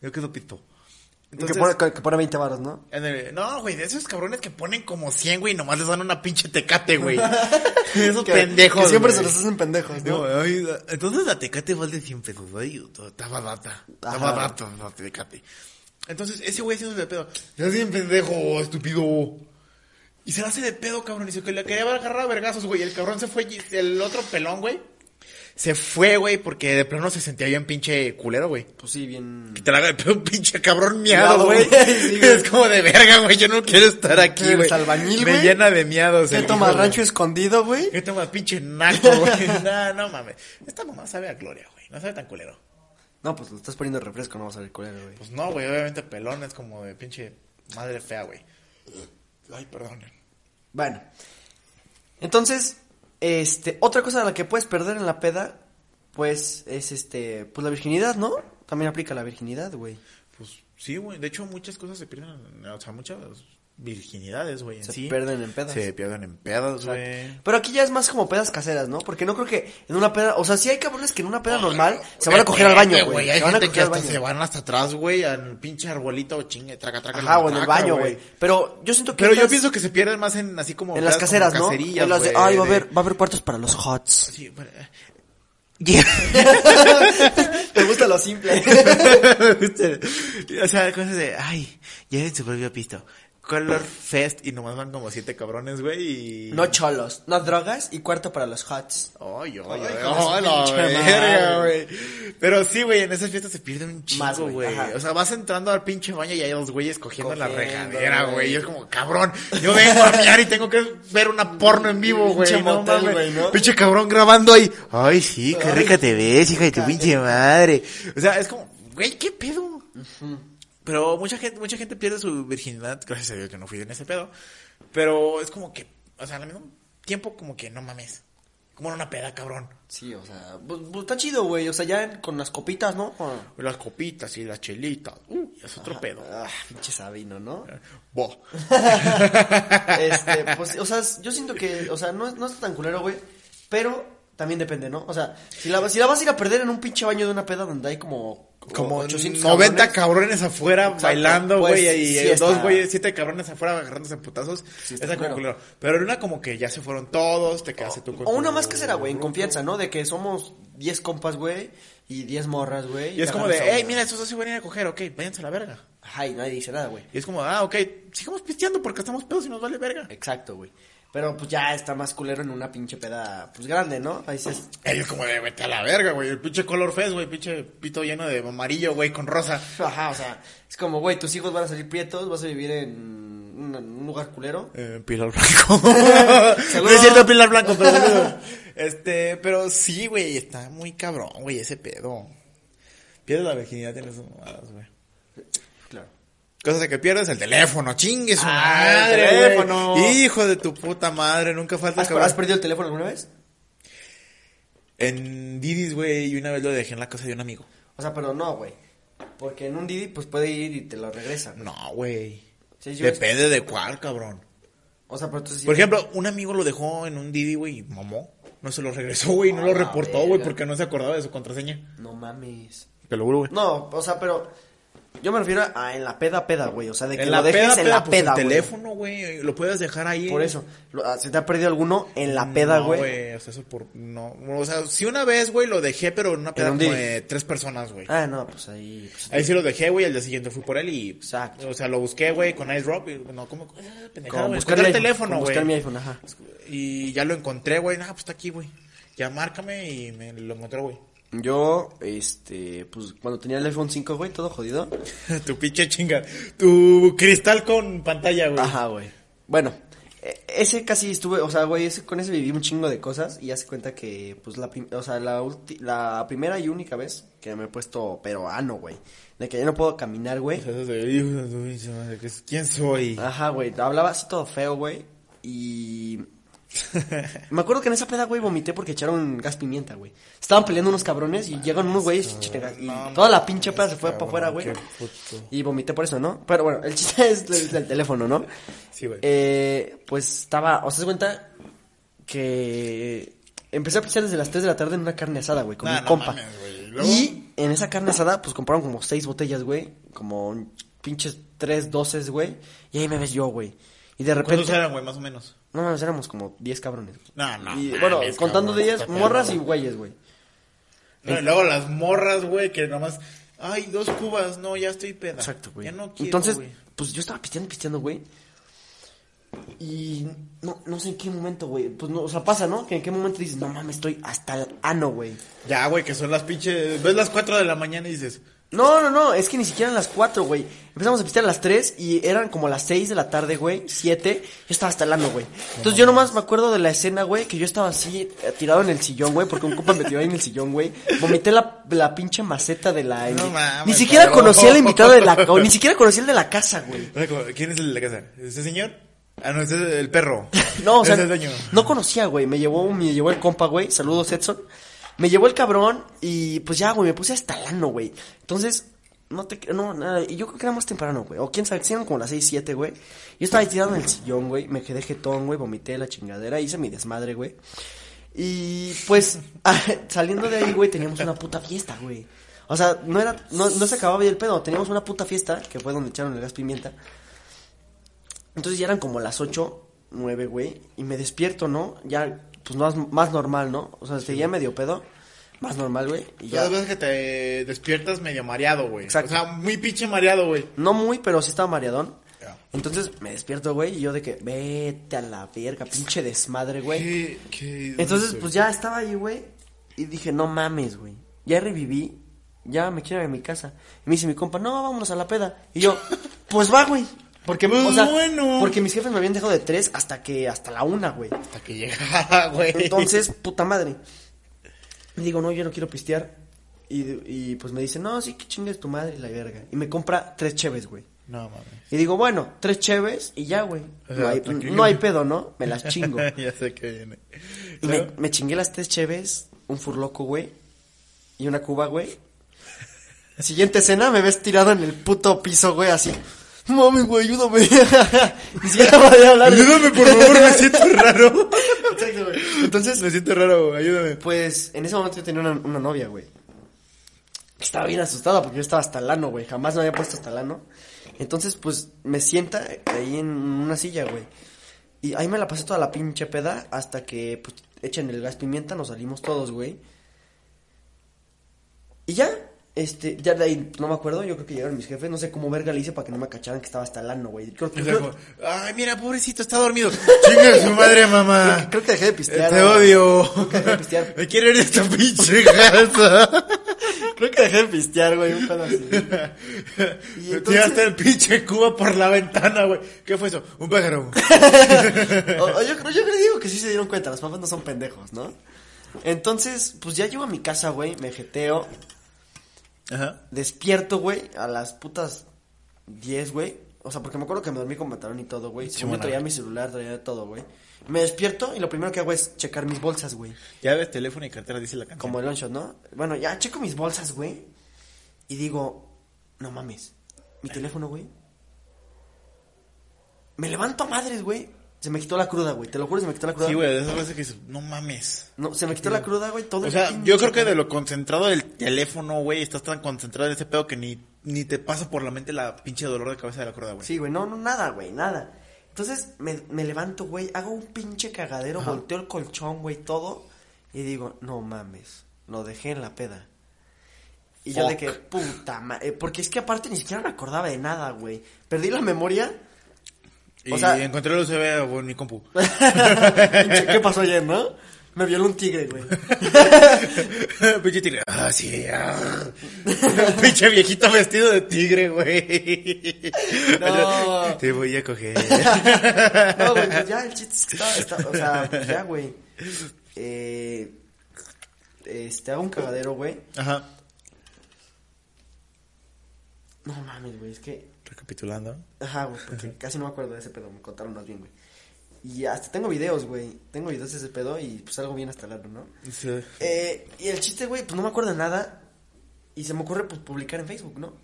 Yo quedo pito. que, Entonces, pone, que- que pone 20 varos, ¿no? ándale, no, güey, de esos cabrones que ponen como 100, güey, y nomás les dan una pinche tecate, güey. esos Que- pendejos. Que siempre güey. se los hacen pendejos, No, ¿no? ay, da- entonces la tecate vale 100 pesos, güey. Estaba data. Estaba Ajá. data la tecate. Entonces ese güey haciéndose de pedo. Ya bien pendejo, estúpido. Y se la hace de pedo, cabrón. Y se que le quería agarrar a vergazos, güey. El cabrón se fue. y El otro pelón, güey. Se fue, güey, porque de plano se sentía bien pinche culero, güey. Pues sí, bien. Que te la haga de pedo un pinche cabrón miado, Miado, güey. güey. Sí, güey. es como de verga, güey. Yo no quiero estar aquí, Eres güey. albañil, Me güey. llena de miados. ¿Qué el toma hijo de- rancho escondido, güey? yo tengo a pinche naco, güey. No, no mames. Esta mamá sabe a gloria, güey. No sabe tan culero. No, pues lo estás poniendo refresco, no vas a ver culero, güey. Pues no, güey. Obviamente pelón es como de pinche madre fea, güey. Ay, perdón. Bueno. Entonces, este, otra cosa de la que puedes perder en la peda, pues, es este, pues la virginidad, ¿no? También aplica la virginidad, güey. Pues sí, güey. De hecho, muchas cosas se pierden. O sea, muchas virginidades, güey. en Se sí. pierden en pedas. Se pierden en pedas, güey. Exacto. Pero aquí ya es más como pedas caseras, ¿no? Porque no creo que en una peda, o sea, sí hay cabrones que en una peda normal se van a coger al baño, Depende, güey. Hay Se van a gente que coger al hasta se baño. van hasta atrás, güey. Al pinche arbolito, chingue, traca, traca. Ajá, la o en el matraca, baño, güey. Pero yo siento que Pero yo estas- pienso que se pierden más en así como. en las pedas caseras, como ¿no? cacerías, En las de, güey, ay, va a de- haber, va a haber cuartos para los hots. Sí, eh, bueno, Me gusta lo simple. o sea, cosas de, ay, lleven su propio pisto. Color Fest y nomás van como siete cabrones, güey. Y... No cholos, no drogas y cuarto para los hots. Ay, ay, Ay, ay, con esa ay, la pinche verga, madre. güey. Pero sí, güey, en esas fiestas se pierde un Más, chingo, güey, güey. ajá. O sea, vas entrando al pinche baño y hay dos güeyes cogiendo en la Cogiendo, regadera, güey. güey. Y es como, cabrón, yo vengo a miar y tengo que ver una porno en vivo, güey. Pinche No motel, mames. güey, ¿no? Pinche cabrón grabando ahí. Ay, sí, qué Ay, rica te ves, hija de tu hija. pinche madre. O sea, es como, güey, qué pedo. Pero mucha gente, mucha gente pierde su virginidad, gracias a Dios yo no fui en ese pedo. Pero es como que, o sea, al mismo tiempo como que no mames. Como en una peda, cabrón. Sí, o sea, pues, pues, está chido, güey. O sea, ya con las copitas, ¿no? Con- Las copitas y las chelitas. Uh, es otro pedo. Ah, pinche Sabino, ¿no? Buah. Este, pues, o sea, yo siento que, o sea, no, es- no está tan culero, güey. Pero también depende, ¿no? O sea, si la, si la vas a ir a perder en un pinche baño de una peda donde hay como, Como 800 90 cabrones, cabrones, afuera Exacto. bailando, Pues, güey. y sí eh, dos está- güeyes, siete cabrones afuera agarrándose en putazos. Sí está Está como culero. Oh, culero. Pero en una como que ya se fueron todos, te quedaste tú con O una tu- más que será, güey, en confianza, ¿no? De que somos 10 compas, güey, y 10 morras, güey. Y es como de, agarras a hey, una". mira, estos dos se van a ir a coger, ok, váyanse a la verga. Ajá, y nadie dice nada, güey. Y es como, ah, ok, sigamos pisteando porque estamos pedos y nos vale verga. Exacto, güey. Pero pues ya está más culero en una pinche peda, pues grande, ¿no? Ahí dices, Ey, es como de, vete a la verga, güey. El pinche color fest, güey. Pinche pito lleno de amarillo, güey, con rosa. ajá, o sea, es como, güey, tus hijos van a salir prietos, vas a vivir en un, un lugar culero. Eh, Pilar Blanco. no es cierto, Pilar Blanco, pero saludos. Este, pero sí, güey, está muy cabrón, güey, ese pedo. Pierdes la virginidad en esas mamadas, güey. Claro. Cosa de que pierdes el teléfono, chingue su Ah, el madre. teléfono. güey. Hijo de tu puta madre, nunca falta ¿Has, cabrón. has perdido el teléfono alguna vez? En Didis, güey, y una vez lo dejé en la casa de un amigo. O sea, pero no, güey. Porque en un Didi, pues puede ir y te lo regresa. güey. No, güey. Sí, yo- Depende de cuál, cabrón. O sea, pero entonces... sí- Por ejemplo, un amigo lo dejó en un Didi, güey, y mamó. No se lo regresó, güey, no Ah, lo la reportó, güey, verga. porque no se acordaba de su contraseña. No mames. Te lo juro, güey. No, o sea, pero yo me refiero a en la peda peda, güey, o sea, de que en lo la dejes peda, en la pues, peda, el güey. teléfono, güey, lo puedes dejar ahí. Por eso, lo- ah, se te ha perdido alguno en la peda, No, güey. o sea, eso por no, o sea, sí una vez, güey, lo dejé, pero en una peda un como día. de tres personas, güey. ah, no, pues ahí pues, Ahí sí lo dejé, güey, al día siguiente fui por él y Exacto. Eh, o sea, lo busqué, güey, con Ice Rob, y no como ah, pendejada, como güey, buscar escondí mi el iPhone, teléfono, como güey. buscar mi iPhone, ajá. Y ya lo encontré, güey, nada, pues está aquí, güey. Ya márcame y me lo encontré, güey. Yo este, pues cuando tenía el iPhone 5, güey, todo jodido. tu pinche chinga, tu cristal con pantalla, güey. Ajá, güey. Bueno, e- ese casi estuve, o sea, güey, ese- con ese viví un chingo de cosas y ya se cuenta que, pues, la, prim- o sea, la, ulti- la primera y única vez que me he puesto, pero ano, güey, de que ya no puedo caminar, güey. O sea, eso de, hijo de su pinche madre, que es- ¿quién soy? Ajá, güey, hablaba así todo feo, güey. Y. Me acuerdo que en esa peda, güey, vomité porque echaron gas pimienta, güey. Estaban peleando unos cabrones y llegan unos güeyes y echan gas- y Ah, no toda la mames, pinche peda se fue para cabrón, afuera, güey. qué puto. Y vomité por eso, ¿no? Pero bueno, el chiste es el, del teléfono, ¿no? Sí, güey. Eh, pues estaba, o sea, se cuenta que empecé a pichar desde las 3 de la tarde en una carne asada, güey, con Nah, un no compa. mames, güey. ¿Y luego? y en esa carne asada, pues compraron como seis botellas, güey, como un pinches tres doces, güey, y ahí me ves yo, güey. Y de ¿Cuántos repente, eran, güey, más o menos? no mames, éramos como 10 cabrones. güey. No, no Y mames, bueno, cabrón, contando de ellas, está morras y cabrón. güeyes, güey. No, y luego las morras, güey, que nomás. Ay, dos cubas, no, ya estoy peda. Exacto, güey. Ya no quiero. Entonces, güey. pues yo estaba pisteando, pisteando, güey. Y no, no sé en qué momento, güey. Pues no, o sea, pasa, ¿no? Que en qué momento dices, no mames, estoy hasta el ano, güey. Ya, güey, que son las pinches. Ves las 4 de la mañana y dices. No, no, no, es que ni siquiera eran las 4, güey. Empezamos a pistear a las 3 y eran como las 6 de la tarde, güey, 7. Yo estaba hasta el ano, güey. Entonces yo nomás me acuerdo de la escena, güey, que yo estaba así eh, tirado en el sillón, güey, porque un compa me tiró ahí en el sillón, güey. Vomité la, la pinche maceta de la... No ni mames, siquiera cabrón. conocí al invitado de la... o ni siquiera conocí al de la casa, güey. o sea, como, ¿Quién es el de la casa? ¿Este señor? Ah, no, este es el perro. No, o sea, Ese es el dueño. no conocía, güey. Me llevó, me llevó el compa, güey. Saludos, Edson. Me llevó el cabrón y pues ya, güey, me puse hasta el ano, güey. Entonces, no te... No, nada. Y yo creo que era más temprano, güey. O quién sabe, que eran como las 6, 7, güey. Yo estaba ahí tirado en el sillón, güey. Me quedé jetón, güey. Vomité la chingadera. Hice mi desmadre, güey. Y pues, saliendo de ahí, güey, teníamos una puta fiesta, güey. O sea, no era... No, no se acababa bien el pedo. Teníamos una puta fiesta, que fue donde echaron el gas pimienta. Entonces ya eran como las 8, 9, güey. Y me despierto, ¿no? Ya, pues más, más normal, ¿no? O sea, seguía medio pedo. Más normal, güey. Y ya. Todas las veces que te despiertas medio mareado, güey. Exacto. O sea, muy pinche mareado, güey. No muy, pero sí estaba mareadón. Ya. Entonces me despierto, güey, y yo de que, vete a la verga, pinche desmadre, güey. ¿Qué, qué- Entonces, pues ya estaba ahí, güey, y dije, no mames, güey. Ya reviví, ya me quiero ir a mi casa. Y me dice mi compa, no, vámonos a la peda. Y yo, pues va, güey. Porque, Pues o sea, bueno. porque mis jefes me habían dejado de tres hasta que, hasta la una, güey. Hasta que llegaba, güey. Entonces, puta madre. Me digo, no, yo no quiero pistear. Y, y pues me dice, no, sí, que chingues tu madre y la verga. Y me compra tres cheves, güey. No, mames. Y digo, bueno, tres cheves y ya, güey. O sea, No hay, tranquilo. no hay pedo, ¿no? Me las chingo. ya sé que viene. Y me, me chingué las tres cheves, un furloco, güey, y una cuba, güey. Siguiente escena, me ves tirado en el puto piso, güey, así. Mami, güey, ayúdame. Ni siquiera podía hablar. Ayúdame, por favor, me siento raro. Exacto, güey. Entonces me siento raro, güey, ayúdame. Pues en ese momento yo tenía una, una novia, güey. Estaba bien asustada porque yo estaba hasta el ano, güey. Jamás me había puesto hasta el ano. Entonces, pues me sienta ahí en una silla, güey. Y ahí me la pasé toda la pinche peda hasta que pues, echan el gas pimienta, nos salimos todos, güey. Y ya, este, ya de ahí no me acuerdo, yo creo que llegaron mis jefes, no sé cómo verga le hice para que no me cacharan que estaba hasta el ano, güey. Creo, O creo- sea, como, Ay, mira, pobrecito, está dormido. Chinga su madre, mamá. creo que dejé de pistear. Te güey. odio. Creo que dejé de pistear. Me quiero ir de esta pinche casa. Creo que dejé de pistear, güey, un pedo así. Y Me entonces- Tiraste el pinche cuba por la ventana, güey. ¿Qué fue eso? Un pájaro. O- o yo, creo- yo creo digo que sí se dieron cuenta, los papás no son pendejos, ¿no? Entonces, pues ya llego a mi casa, güey, me jeteo, Ajá. despierto, güey, a las putas 10, güey. O sea, porque me acuerdo que me dormí con pantalón y todo, güey. Según yo bueno. traía mi celular, traía todo, güey. Me despierto y lo primero que hago es checar mis bolsas, güey. Ya ves, teléfono y cartera, dice la canción. Como el onshot, ¿no? Bueno, ya checo mis bolsas, güey. Y digo, no mames, mi teléfono, güey. Me levanto a madres, güey. Se me quitó la cruda, güey. Te lo juro, se me quitó la cruda. Sí, güey, de esas veces que dices, no mames. No, se me quitó la cruda, güey, todo. O el sea, pinche- yo creo que de lo concentrado del teléfono, güey, estás tan concentrado en ese pedo que ni, ni te pasa por la mente la pinche dolor de cabeza de la cuerda, güey. Sí, güey, no, no, nada, güey, nada. Entonces me, me levanto, güey, hago un pinche cagadero, volteo el colchón, güey, todo. Y digo, no mames, lo dejé en la peda. Y yo de Fuck. que, puta madre. Porque es que aparte ni siquiera me acordaba de nada, güey. Perdí la memoria. Y O sea- encontré el USB en mi compu. Pinche, ¿Qué pasó ayer, no? Me violó un tigre, güey. pinche tigre. Ah, sí. ah. Un pinche viejito vestido de tigre, güey. No. Te voy a coger. No, güey, pues ya, el chiste es que estaba, estaba- o sea, pues ya, güey. Eh, este, hago un cagadero, güey. Ajá. No mames, güey, es que. Recapitulando. Ajá, güey, porque casi no me acuerdo de ese pedo, me contaron más bien, güey. Y hasta tengo videos, güey. Tengo videos de ese pedo y pues algo bien hasta el ano, ¿no? Sí. Eh, y el chiste, güey, pues no me acuerdo de nada. Y se me ocurre pues, publicar en Facebook, ¿no?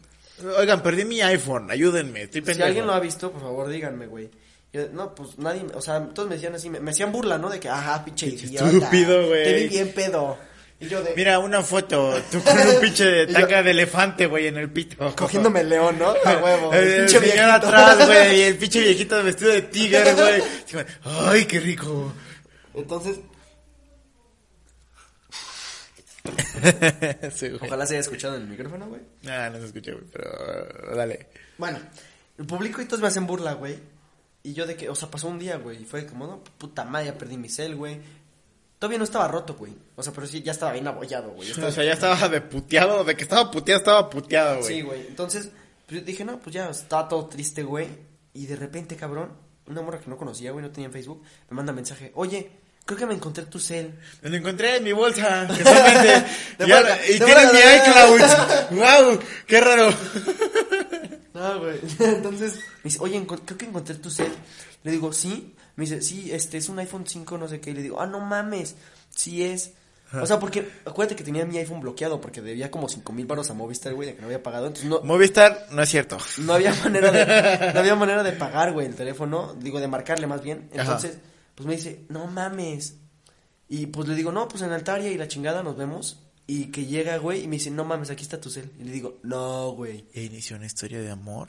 Oigan, perdí mi iPhone. Ayúdenme. Estoy Si pendiente. alguien lo ha visto, por favor, díganme, güey. Yo, no, pues nadie, o sea, todos me decían así, me, me hacían burla, ¿no? De que, ajá, pinche Pinche idiota. estúpido, güey. Te vi bien pedo. Y yo de, Mira, una foto. Tú con un pinche Y yo- tanga de elefante, güey, en el pito. Eh, cogiéndome el león, ¿no? A huevo. El, pinche señor viejito. atrás, güey, y el pinche viejito vestido de tigre, güey. Sí, güey. Ay, qué rico. Entonces, Sí, güey. ojalá se haya escuchado en el micrófono, güey. Ah, no se escucha, güey, pero uh, dale. Bueno, el público y todos me hacen burla, güey. Y yo de que, o sea, pasó un día, güey. Y fue como, no, puta madre, ya perdí mi cel, güey. Todavía no estaba roto, güey. O sea, pero sí, ya estaba bien abollado, güey. Ya estaba- O sea, ya estaba de puteado, de que estaba puteado, estaba puteado, güey. Sí, güey. Entonces, pues, yo dije, no, pues ya, estaba todo triste, güey. Y de repente, cabrón, una morra que no conocía, güey, no tenía en Facebook, me manda mensaje, oye, creo que me encontré tu cel. Lo encontré en mi bolsa, casualmente. De Ya- vuelta, y de tiene vuelta, mi de iCloud. ¡Wow! ¡Qué raro! No, güey. Entonces, me dice, oye, encon- creo que encontré tu cel. Le digo, ¿sí? Me dice, sí, este es un iPhone 5, no sé qué. Y le digo, ah, no mames, sí es. O sea, porque acuérdate que tenía mi iPhone bloqueado porque debía como cinco mil baros a Movistar, güey, de que no había pagado. Entonces no, Movistar, no es cierto. no había manera de, no había manera de pagar, güey, el teléfono, digo, de marcarle más bien. Entonces, pues me dice, no mames. Y pues le digo, no, pues en Altaria y la chingada nos vemos. Y que llega, güey, y me dice, no mames, aquí está tu cel. Y le digo, no, güey. E inició una historia de amor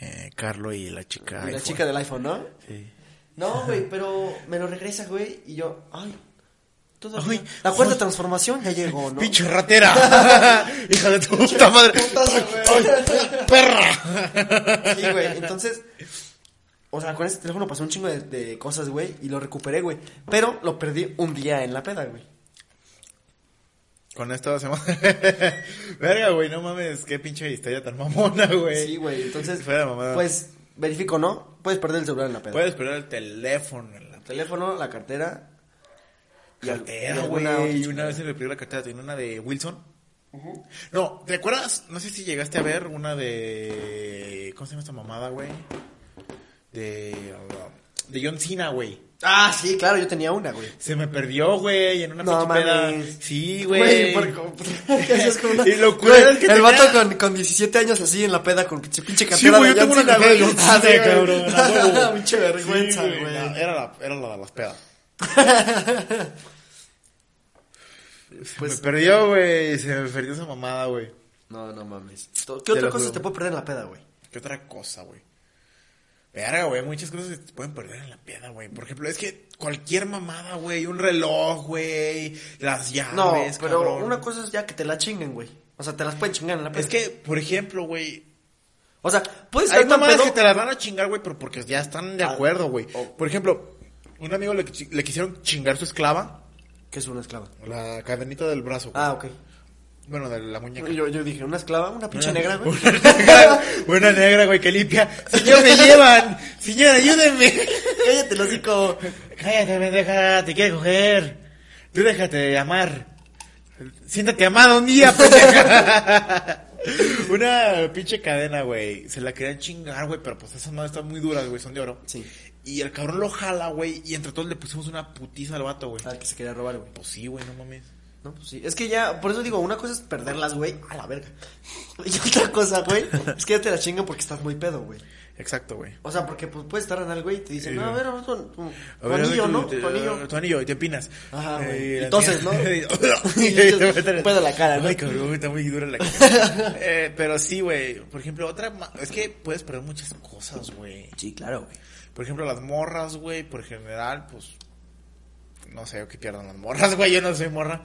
de Carlo y la chica. Y la iPhone. chica del iPhone, ¿no? Sí. No, güey, pero me lo regresa, güey, y yo, ay, Todavía. Ay, la cuarta ay. transformación ya llegó, ¿no? ¡Pinche ratera! ¡Hija de tu puta madre! ¡Perra! Sí, güey. Entonces, o sea, con ese teléfono pasó un chingo de, de cosas, güey, y lo recuperé, güey. Pero lo perdí un día en la peda, güey. Con esto hacemos... Verga, güey, no mames, qué pinche historia tan mamona, güey. Sí, güey. Entonces, Fuera de mamada. pues, verifico, ¿no? Puedes perder el celular en la peda. Puedes perder el teléfono en la Teléfono, la cartera. y al- cartera, y güey. alguna otra Y chingada. una vez se me perdió la cartera, tenía una de Wilson. No, ¿te acuerdas? No sé si llegaste a ver una de... ¿Cómo se llama esta mamada, güey? De... De John Cena, güey. Ah, sí, claro, yo tenía una, güey. Se me perdió, güey, en una No pinche peda. mames. Sí, Güey, güey. por- ¿qué haces con una- Y lo culero Güey, es que El tenía- vato con, con 17 años así en la peda con pinche, pinche Sí, cartera güey, yo de tengo una John Cena, cartera de güey. John Cena, Ah, cabrón. sí, güey. a huevo. Pinche vergüenza, Sí, güey. no, era, la, era la de las pedas. Se Pues- me perdió, güey. Se me perdió esa mamada, güey. No, no mames. ¿Qué Te otra lo cosa juro. te puede perder en la peda, güey? ¿Qué otra cosa, güey? Verga, güey, hay muchas cosas que te pueden perder en la peda, güey. Por ejemplo, es que cualquier mamada, güey, un reloj, güey, las llaves, No, pero cabrón. una cosa es ya que te la chinguen, güey. O sea, te las pueden chingar en la peda. Es que, por ejemplo, güey, o sea, puedes Hay estar tan mamadas pedo. que te las van a chingar, güey, pero porque ya están de Ah, acuerdo, güey. oh. Por ejemplo, un amigo le, qui- le quisieron chingar su esclava, Que es una esclava. la cadenita del brazo, güey. Ah, ok. Bueno, de la muñeca. Yo, yo dije, ¿una esclava? ¿Una pinche Una- negra, güey? Una negra, una negra, güey, que limpia. Señor, me llevan. Señor, ayúdenme. Cállate, el hocico. Cállate, pendeja, te quiero coger. Tú déjate amar. Siéntate amada un día, pendeja. Una pinche cadena, güey. Se la querían chingar, güey, pero pues esas madres están muy duras, güey, son de oro. Sí. Y el cabrón lo jala, güey, y entre todos le pusimos una putiza al vato, güey. Ah, que se quería robar, güey. Pues sí, güey, no mames. No, pues sí. Es que ya, por eso digo, una cosa es perderlas, güey, a la verga. Y otra cosa, güey, es que ya te las chingan porque estás muy pedo, güey. Exacto, güey. O sea, porque pues, puedes estar en algo y te dicen, Sí, no, a güey. ver, vamos con tu, A tu ver, anillo, a ver, ¿no? te- Tu anillo. Tu anillo, y te empinas. Ajá, güey. Eh, Y la entonces, tía- ¿no? y te meten- Un pedo en la cara, ¿no? Ay, cabrón, está muy dura la cara. Eh, pero sí, güey. Por ejemplo, otra. ma- Es que puedes perder muchas cosas, güey. Sí, claro, güey. Por ejemplo, las morras, güey, por general, pues. No sé qué pierdan las morras, güey. Yo no soy morra.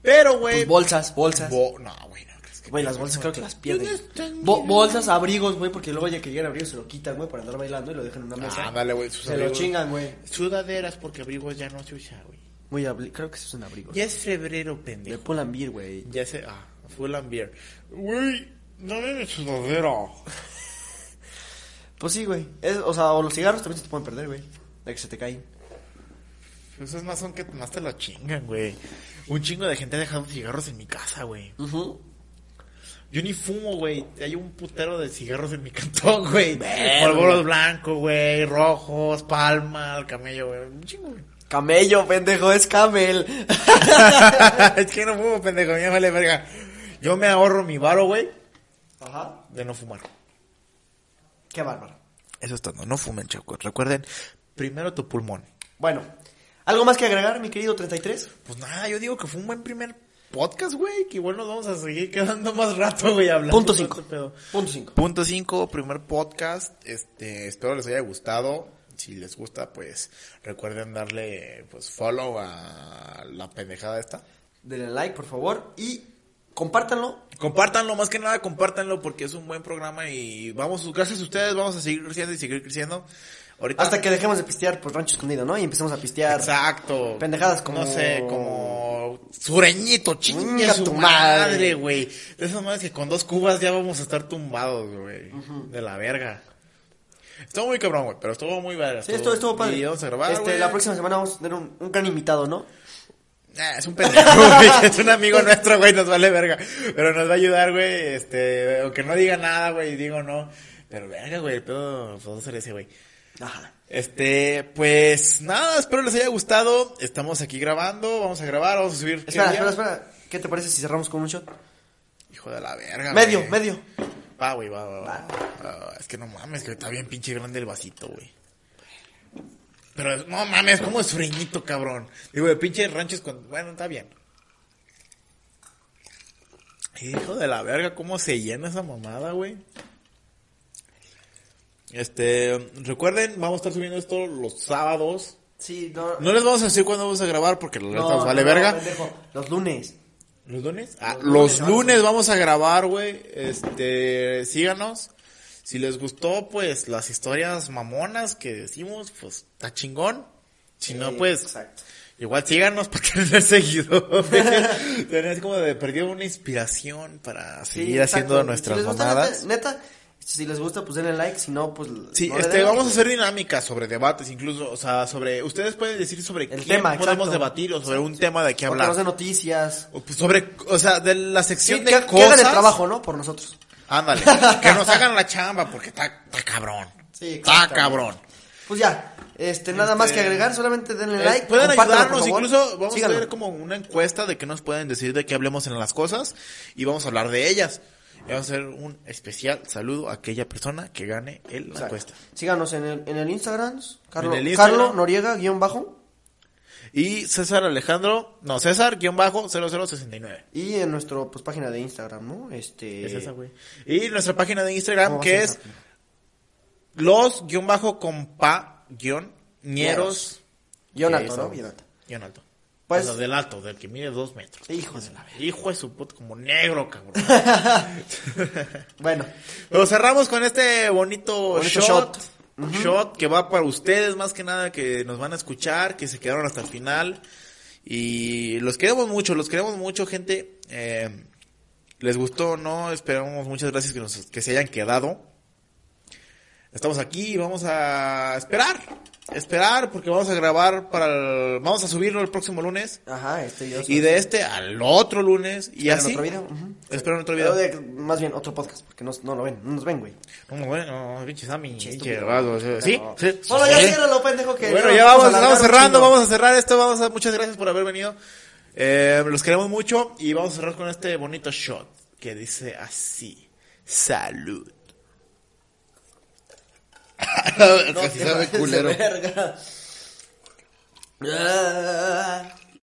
Pero, güey. Pues bolsas, bolsas. bo- no, güey, no crees que. Güey, las bolsas creo que las pierden. ¿Dónde están Bo- mis- bolsas, abrigos, güey, porque luego ya que llegan abrigos se lo quitan, güey, para andar bailando y lo dejan en una mesa. Ah, dale, güey. sus ¿eh? se lo abrigos. chingan, güey. Sudaderas porque abrigos ya no se usa, güey. Muy abri- creo que eso es un abrigo. Ya es febrero, De pendejo. Pull and Beer, güey. Ya se... Ah, full and beer. Güey, dame mi sudadera. Pues sí, güey. Es- O sea, o los cigarros también se te pueden perder, güey. De que se te caen. Esas Pues más son que más te lo chingan, güey. Un chingo de gente ha dejado cigarros en mi casa, güey. Ujú. Yo ni fumo, güey. Hay un putero de cigarros en mi cantón, güey. Verga. Polvoros blancos, güey. Rojos, palma, el camello, güey. Un chingo, güey. Camello, pendejo, es camel. es que no fumo, pendejo. Ya vale verga. Yo me ahorro mi varo, güey, Ajá. de no fumar. Qué bárbaro. Eso es todo. No fumen, chicos. Recuerden, primero tu pulmón. Bueno, ¿algo más que agregar, mi querido 33? Pues nada, yo digo que fue un buen primer podcast, güey. Que igual nos vamos a seguir quedando más rato, güey, hablando. Punto de cinco. este pedo. Punto 5. Punto 5, primer podcast. Este, espero les haya gustado. Si les gusta, pues recuerden darle pues follow a la pendejada esta. Denle like, por favor, y compártanlo. Compártanlo, más que nada, compártanlo porque es un buen programa y vamos, gracias a ustedes, vamos a seguir creciendo y seguir creciendo. Ahorita Hasta que dejemos de pistear por rancho escondido, ¿no? Y empecemos a pistear. Exacto. Pendejadas como- No sé, como. Sureñito, chinga Chinga su tu madre, madre. güey. De esas madres que con dos cubas ya vamos a estar tumbados, güey. De la verga. Estuvo muy cabrón, güey, pero estuvo muy verga. Sí, esto estuvo padre. Y vamos a grabar, este, güey. la próxima semana vamos a tener un, un gran invitado, ¿no? Ah, es un pendejo, güey. Es un amigo nuestro, güey. Nos vale verga. Pero nos va a ayudar, güey. Este, aunque no diga nada, güey. Digo no. Pero verga, güey. Pero vamos a hacer ese, güey. Ajá. Este, pues nada, espero les haya gustado. Estamos aquí grabando, vamos a grabar, vamos a subir. ¿Qué Espera, día? espera, espera. ¿Qué te parece si cerramos con un shot? Hijo de la verga. Medio, güey. medio. Va, güey, va, va, va. Ah, es que no mames, que está bien pinche grande el vasito, güey. Pero no mames, como es sureñito, cabrón. Digo, de pinche ranchos con. Bueno, está bien. Hijo de la verga, cómo se llena esa mamada, güey. Este, recuerden, vamos a estar subiendo esto los sábados. Sí, no. No les vamos a decir cuándo vamos a grabar porque la neta no, nos vale no, verga. pendejo. Los lunes. ¿Los lunes? Ah, lunes los vamos a- lunes vamos a grabar, güey. Este, síganos. Si les gustó, pues, las historias mamonas que decimos, pues, está chingón. Si no, Eh, pues, Exacto. igual síganos para tener seguidores. Tenés como de perder una inspiración para Sí, seguir exacto. haciendo nuestras si les gusta, mamadas. Neta, neta, si les gusta, pues denle like. Si no, pues. Sí, no le este, den. vamos a hacer dinámicas sobre debates, incluso, o sea, sobre, ustedes pueden decir sobre El quién tema, podemos exacto. debatir o sobre un tema de qué O hablar. temas de noticias. O, pues, Sobre, o sea, de la Sí, sección que, de que cosas. hagan el trabajo, ¿no? Por nosotros. Ándale, que nos hagan la chamba porque está, está cabrón. Sí, está cabrón. Pues ya, este, nada más que Este, agregar, solamente denle Eh, like. pueden compártanlo, ayudarnos, por favor. incluso vamos Síganlo. a ver como una encuesta de que nos pueden decir de qué hablemos en las cosas y vamos a hablar de ellas. Y vamos a hacer un especial saludo a aquella persona que gane el, la Exacto. encuesta. Síganos en el, en el Instagram, Carlos, En el Instagram. Carlo Noriega, guión bajo, Y César Alejandro, no, César, guión bajo, 0069. y en nuestra pues, página de Instagram, ¿no? Este... Es esa, güey. Eh, Y nuestra página de ¿cómo Instagram va que a es ser esa? los guión bajo compa guión nieros. Guión que alto, ¿no? somos. Guión alto. Guión alto. Pues- Pues, del alto, del que mide dos metros. Hijo de la verga. Hijo de su puta, como negro, cabrón. Bueno, Lo cerramos con este bonito, Bonito shot. shot. Shot. que va para ustedes, más que nada, que nos van a escuchar, que se quedaron hasta el final. Y los queremos mucho, los queremos mucho, gente. Eh, les gustó o no, esperamos muchas gracias que, nos, que se hayan quedado. Estamos aquí y vamos a esperar. Esperar, porque vamos a grabar para el- Vamos a subirlo el próximo lunes. ajá, este yo. Y de este al otro lunes. Y Esperen así. otro video, ujú. Esperen otro video. Pero de- más bien otro podcast, porque no, no lo ven, no nos ven, güey. No, bueno, pinche Sammy. pinche estúpido. vago, sí, Sí, No. sí. Bueno, ya Sí. ciérralo, pendejo, que Bueno, nos ya vamos, alargar vamos un cerrando, chingo. vamos a cerrar esto, vamos a, muchas gracias por haber venido. Eh, los queremos mucho y vamos a cerrar con este bonito shot que dice así. Salud. No, Así sabe te pases de culero. verga. Ah.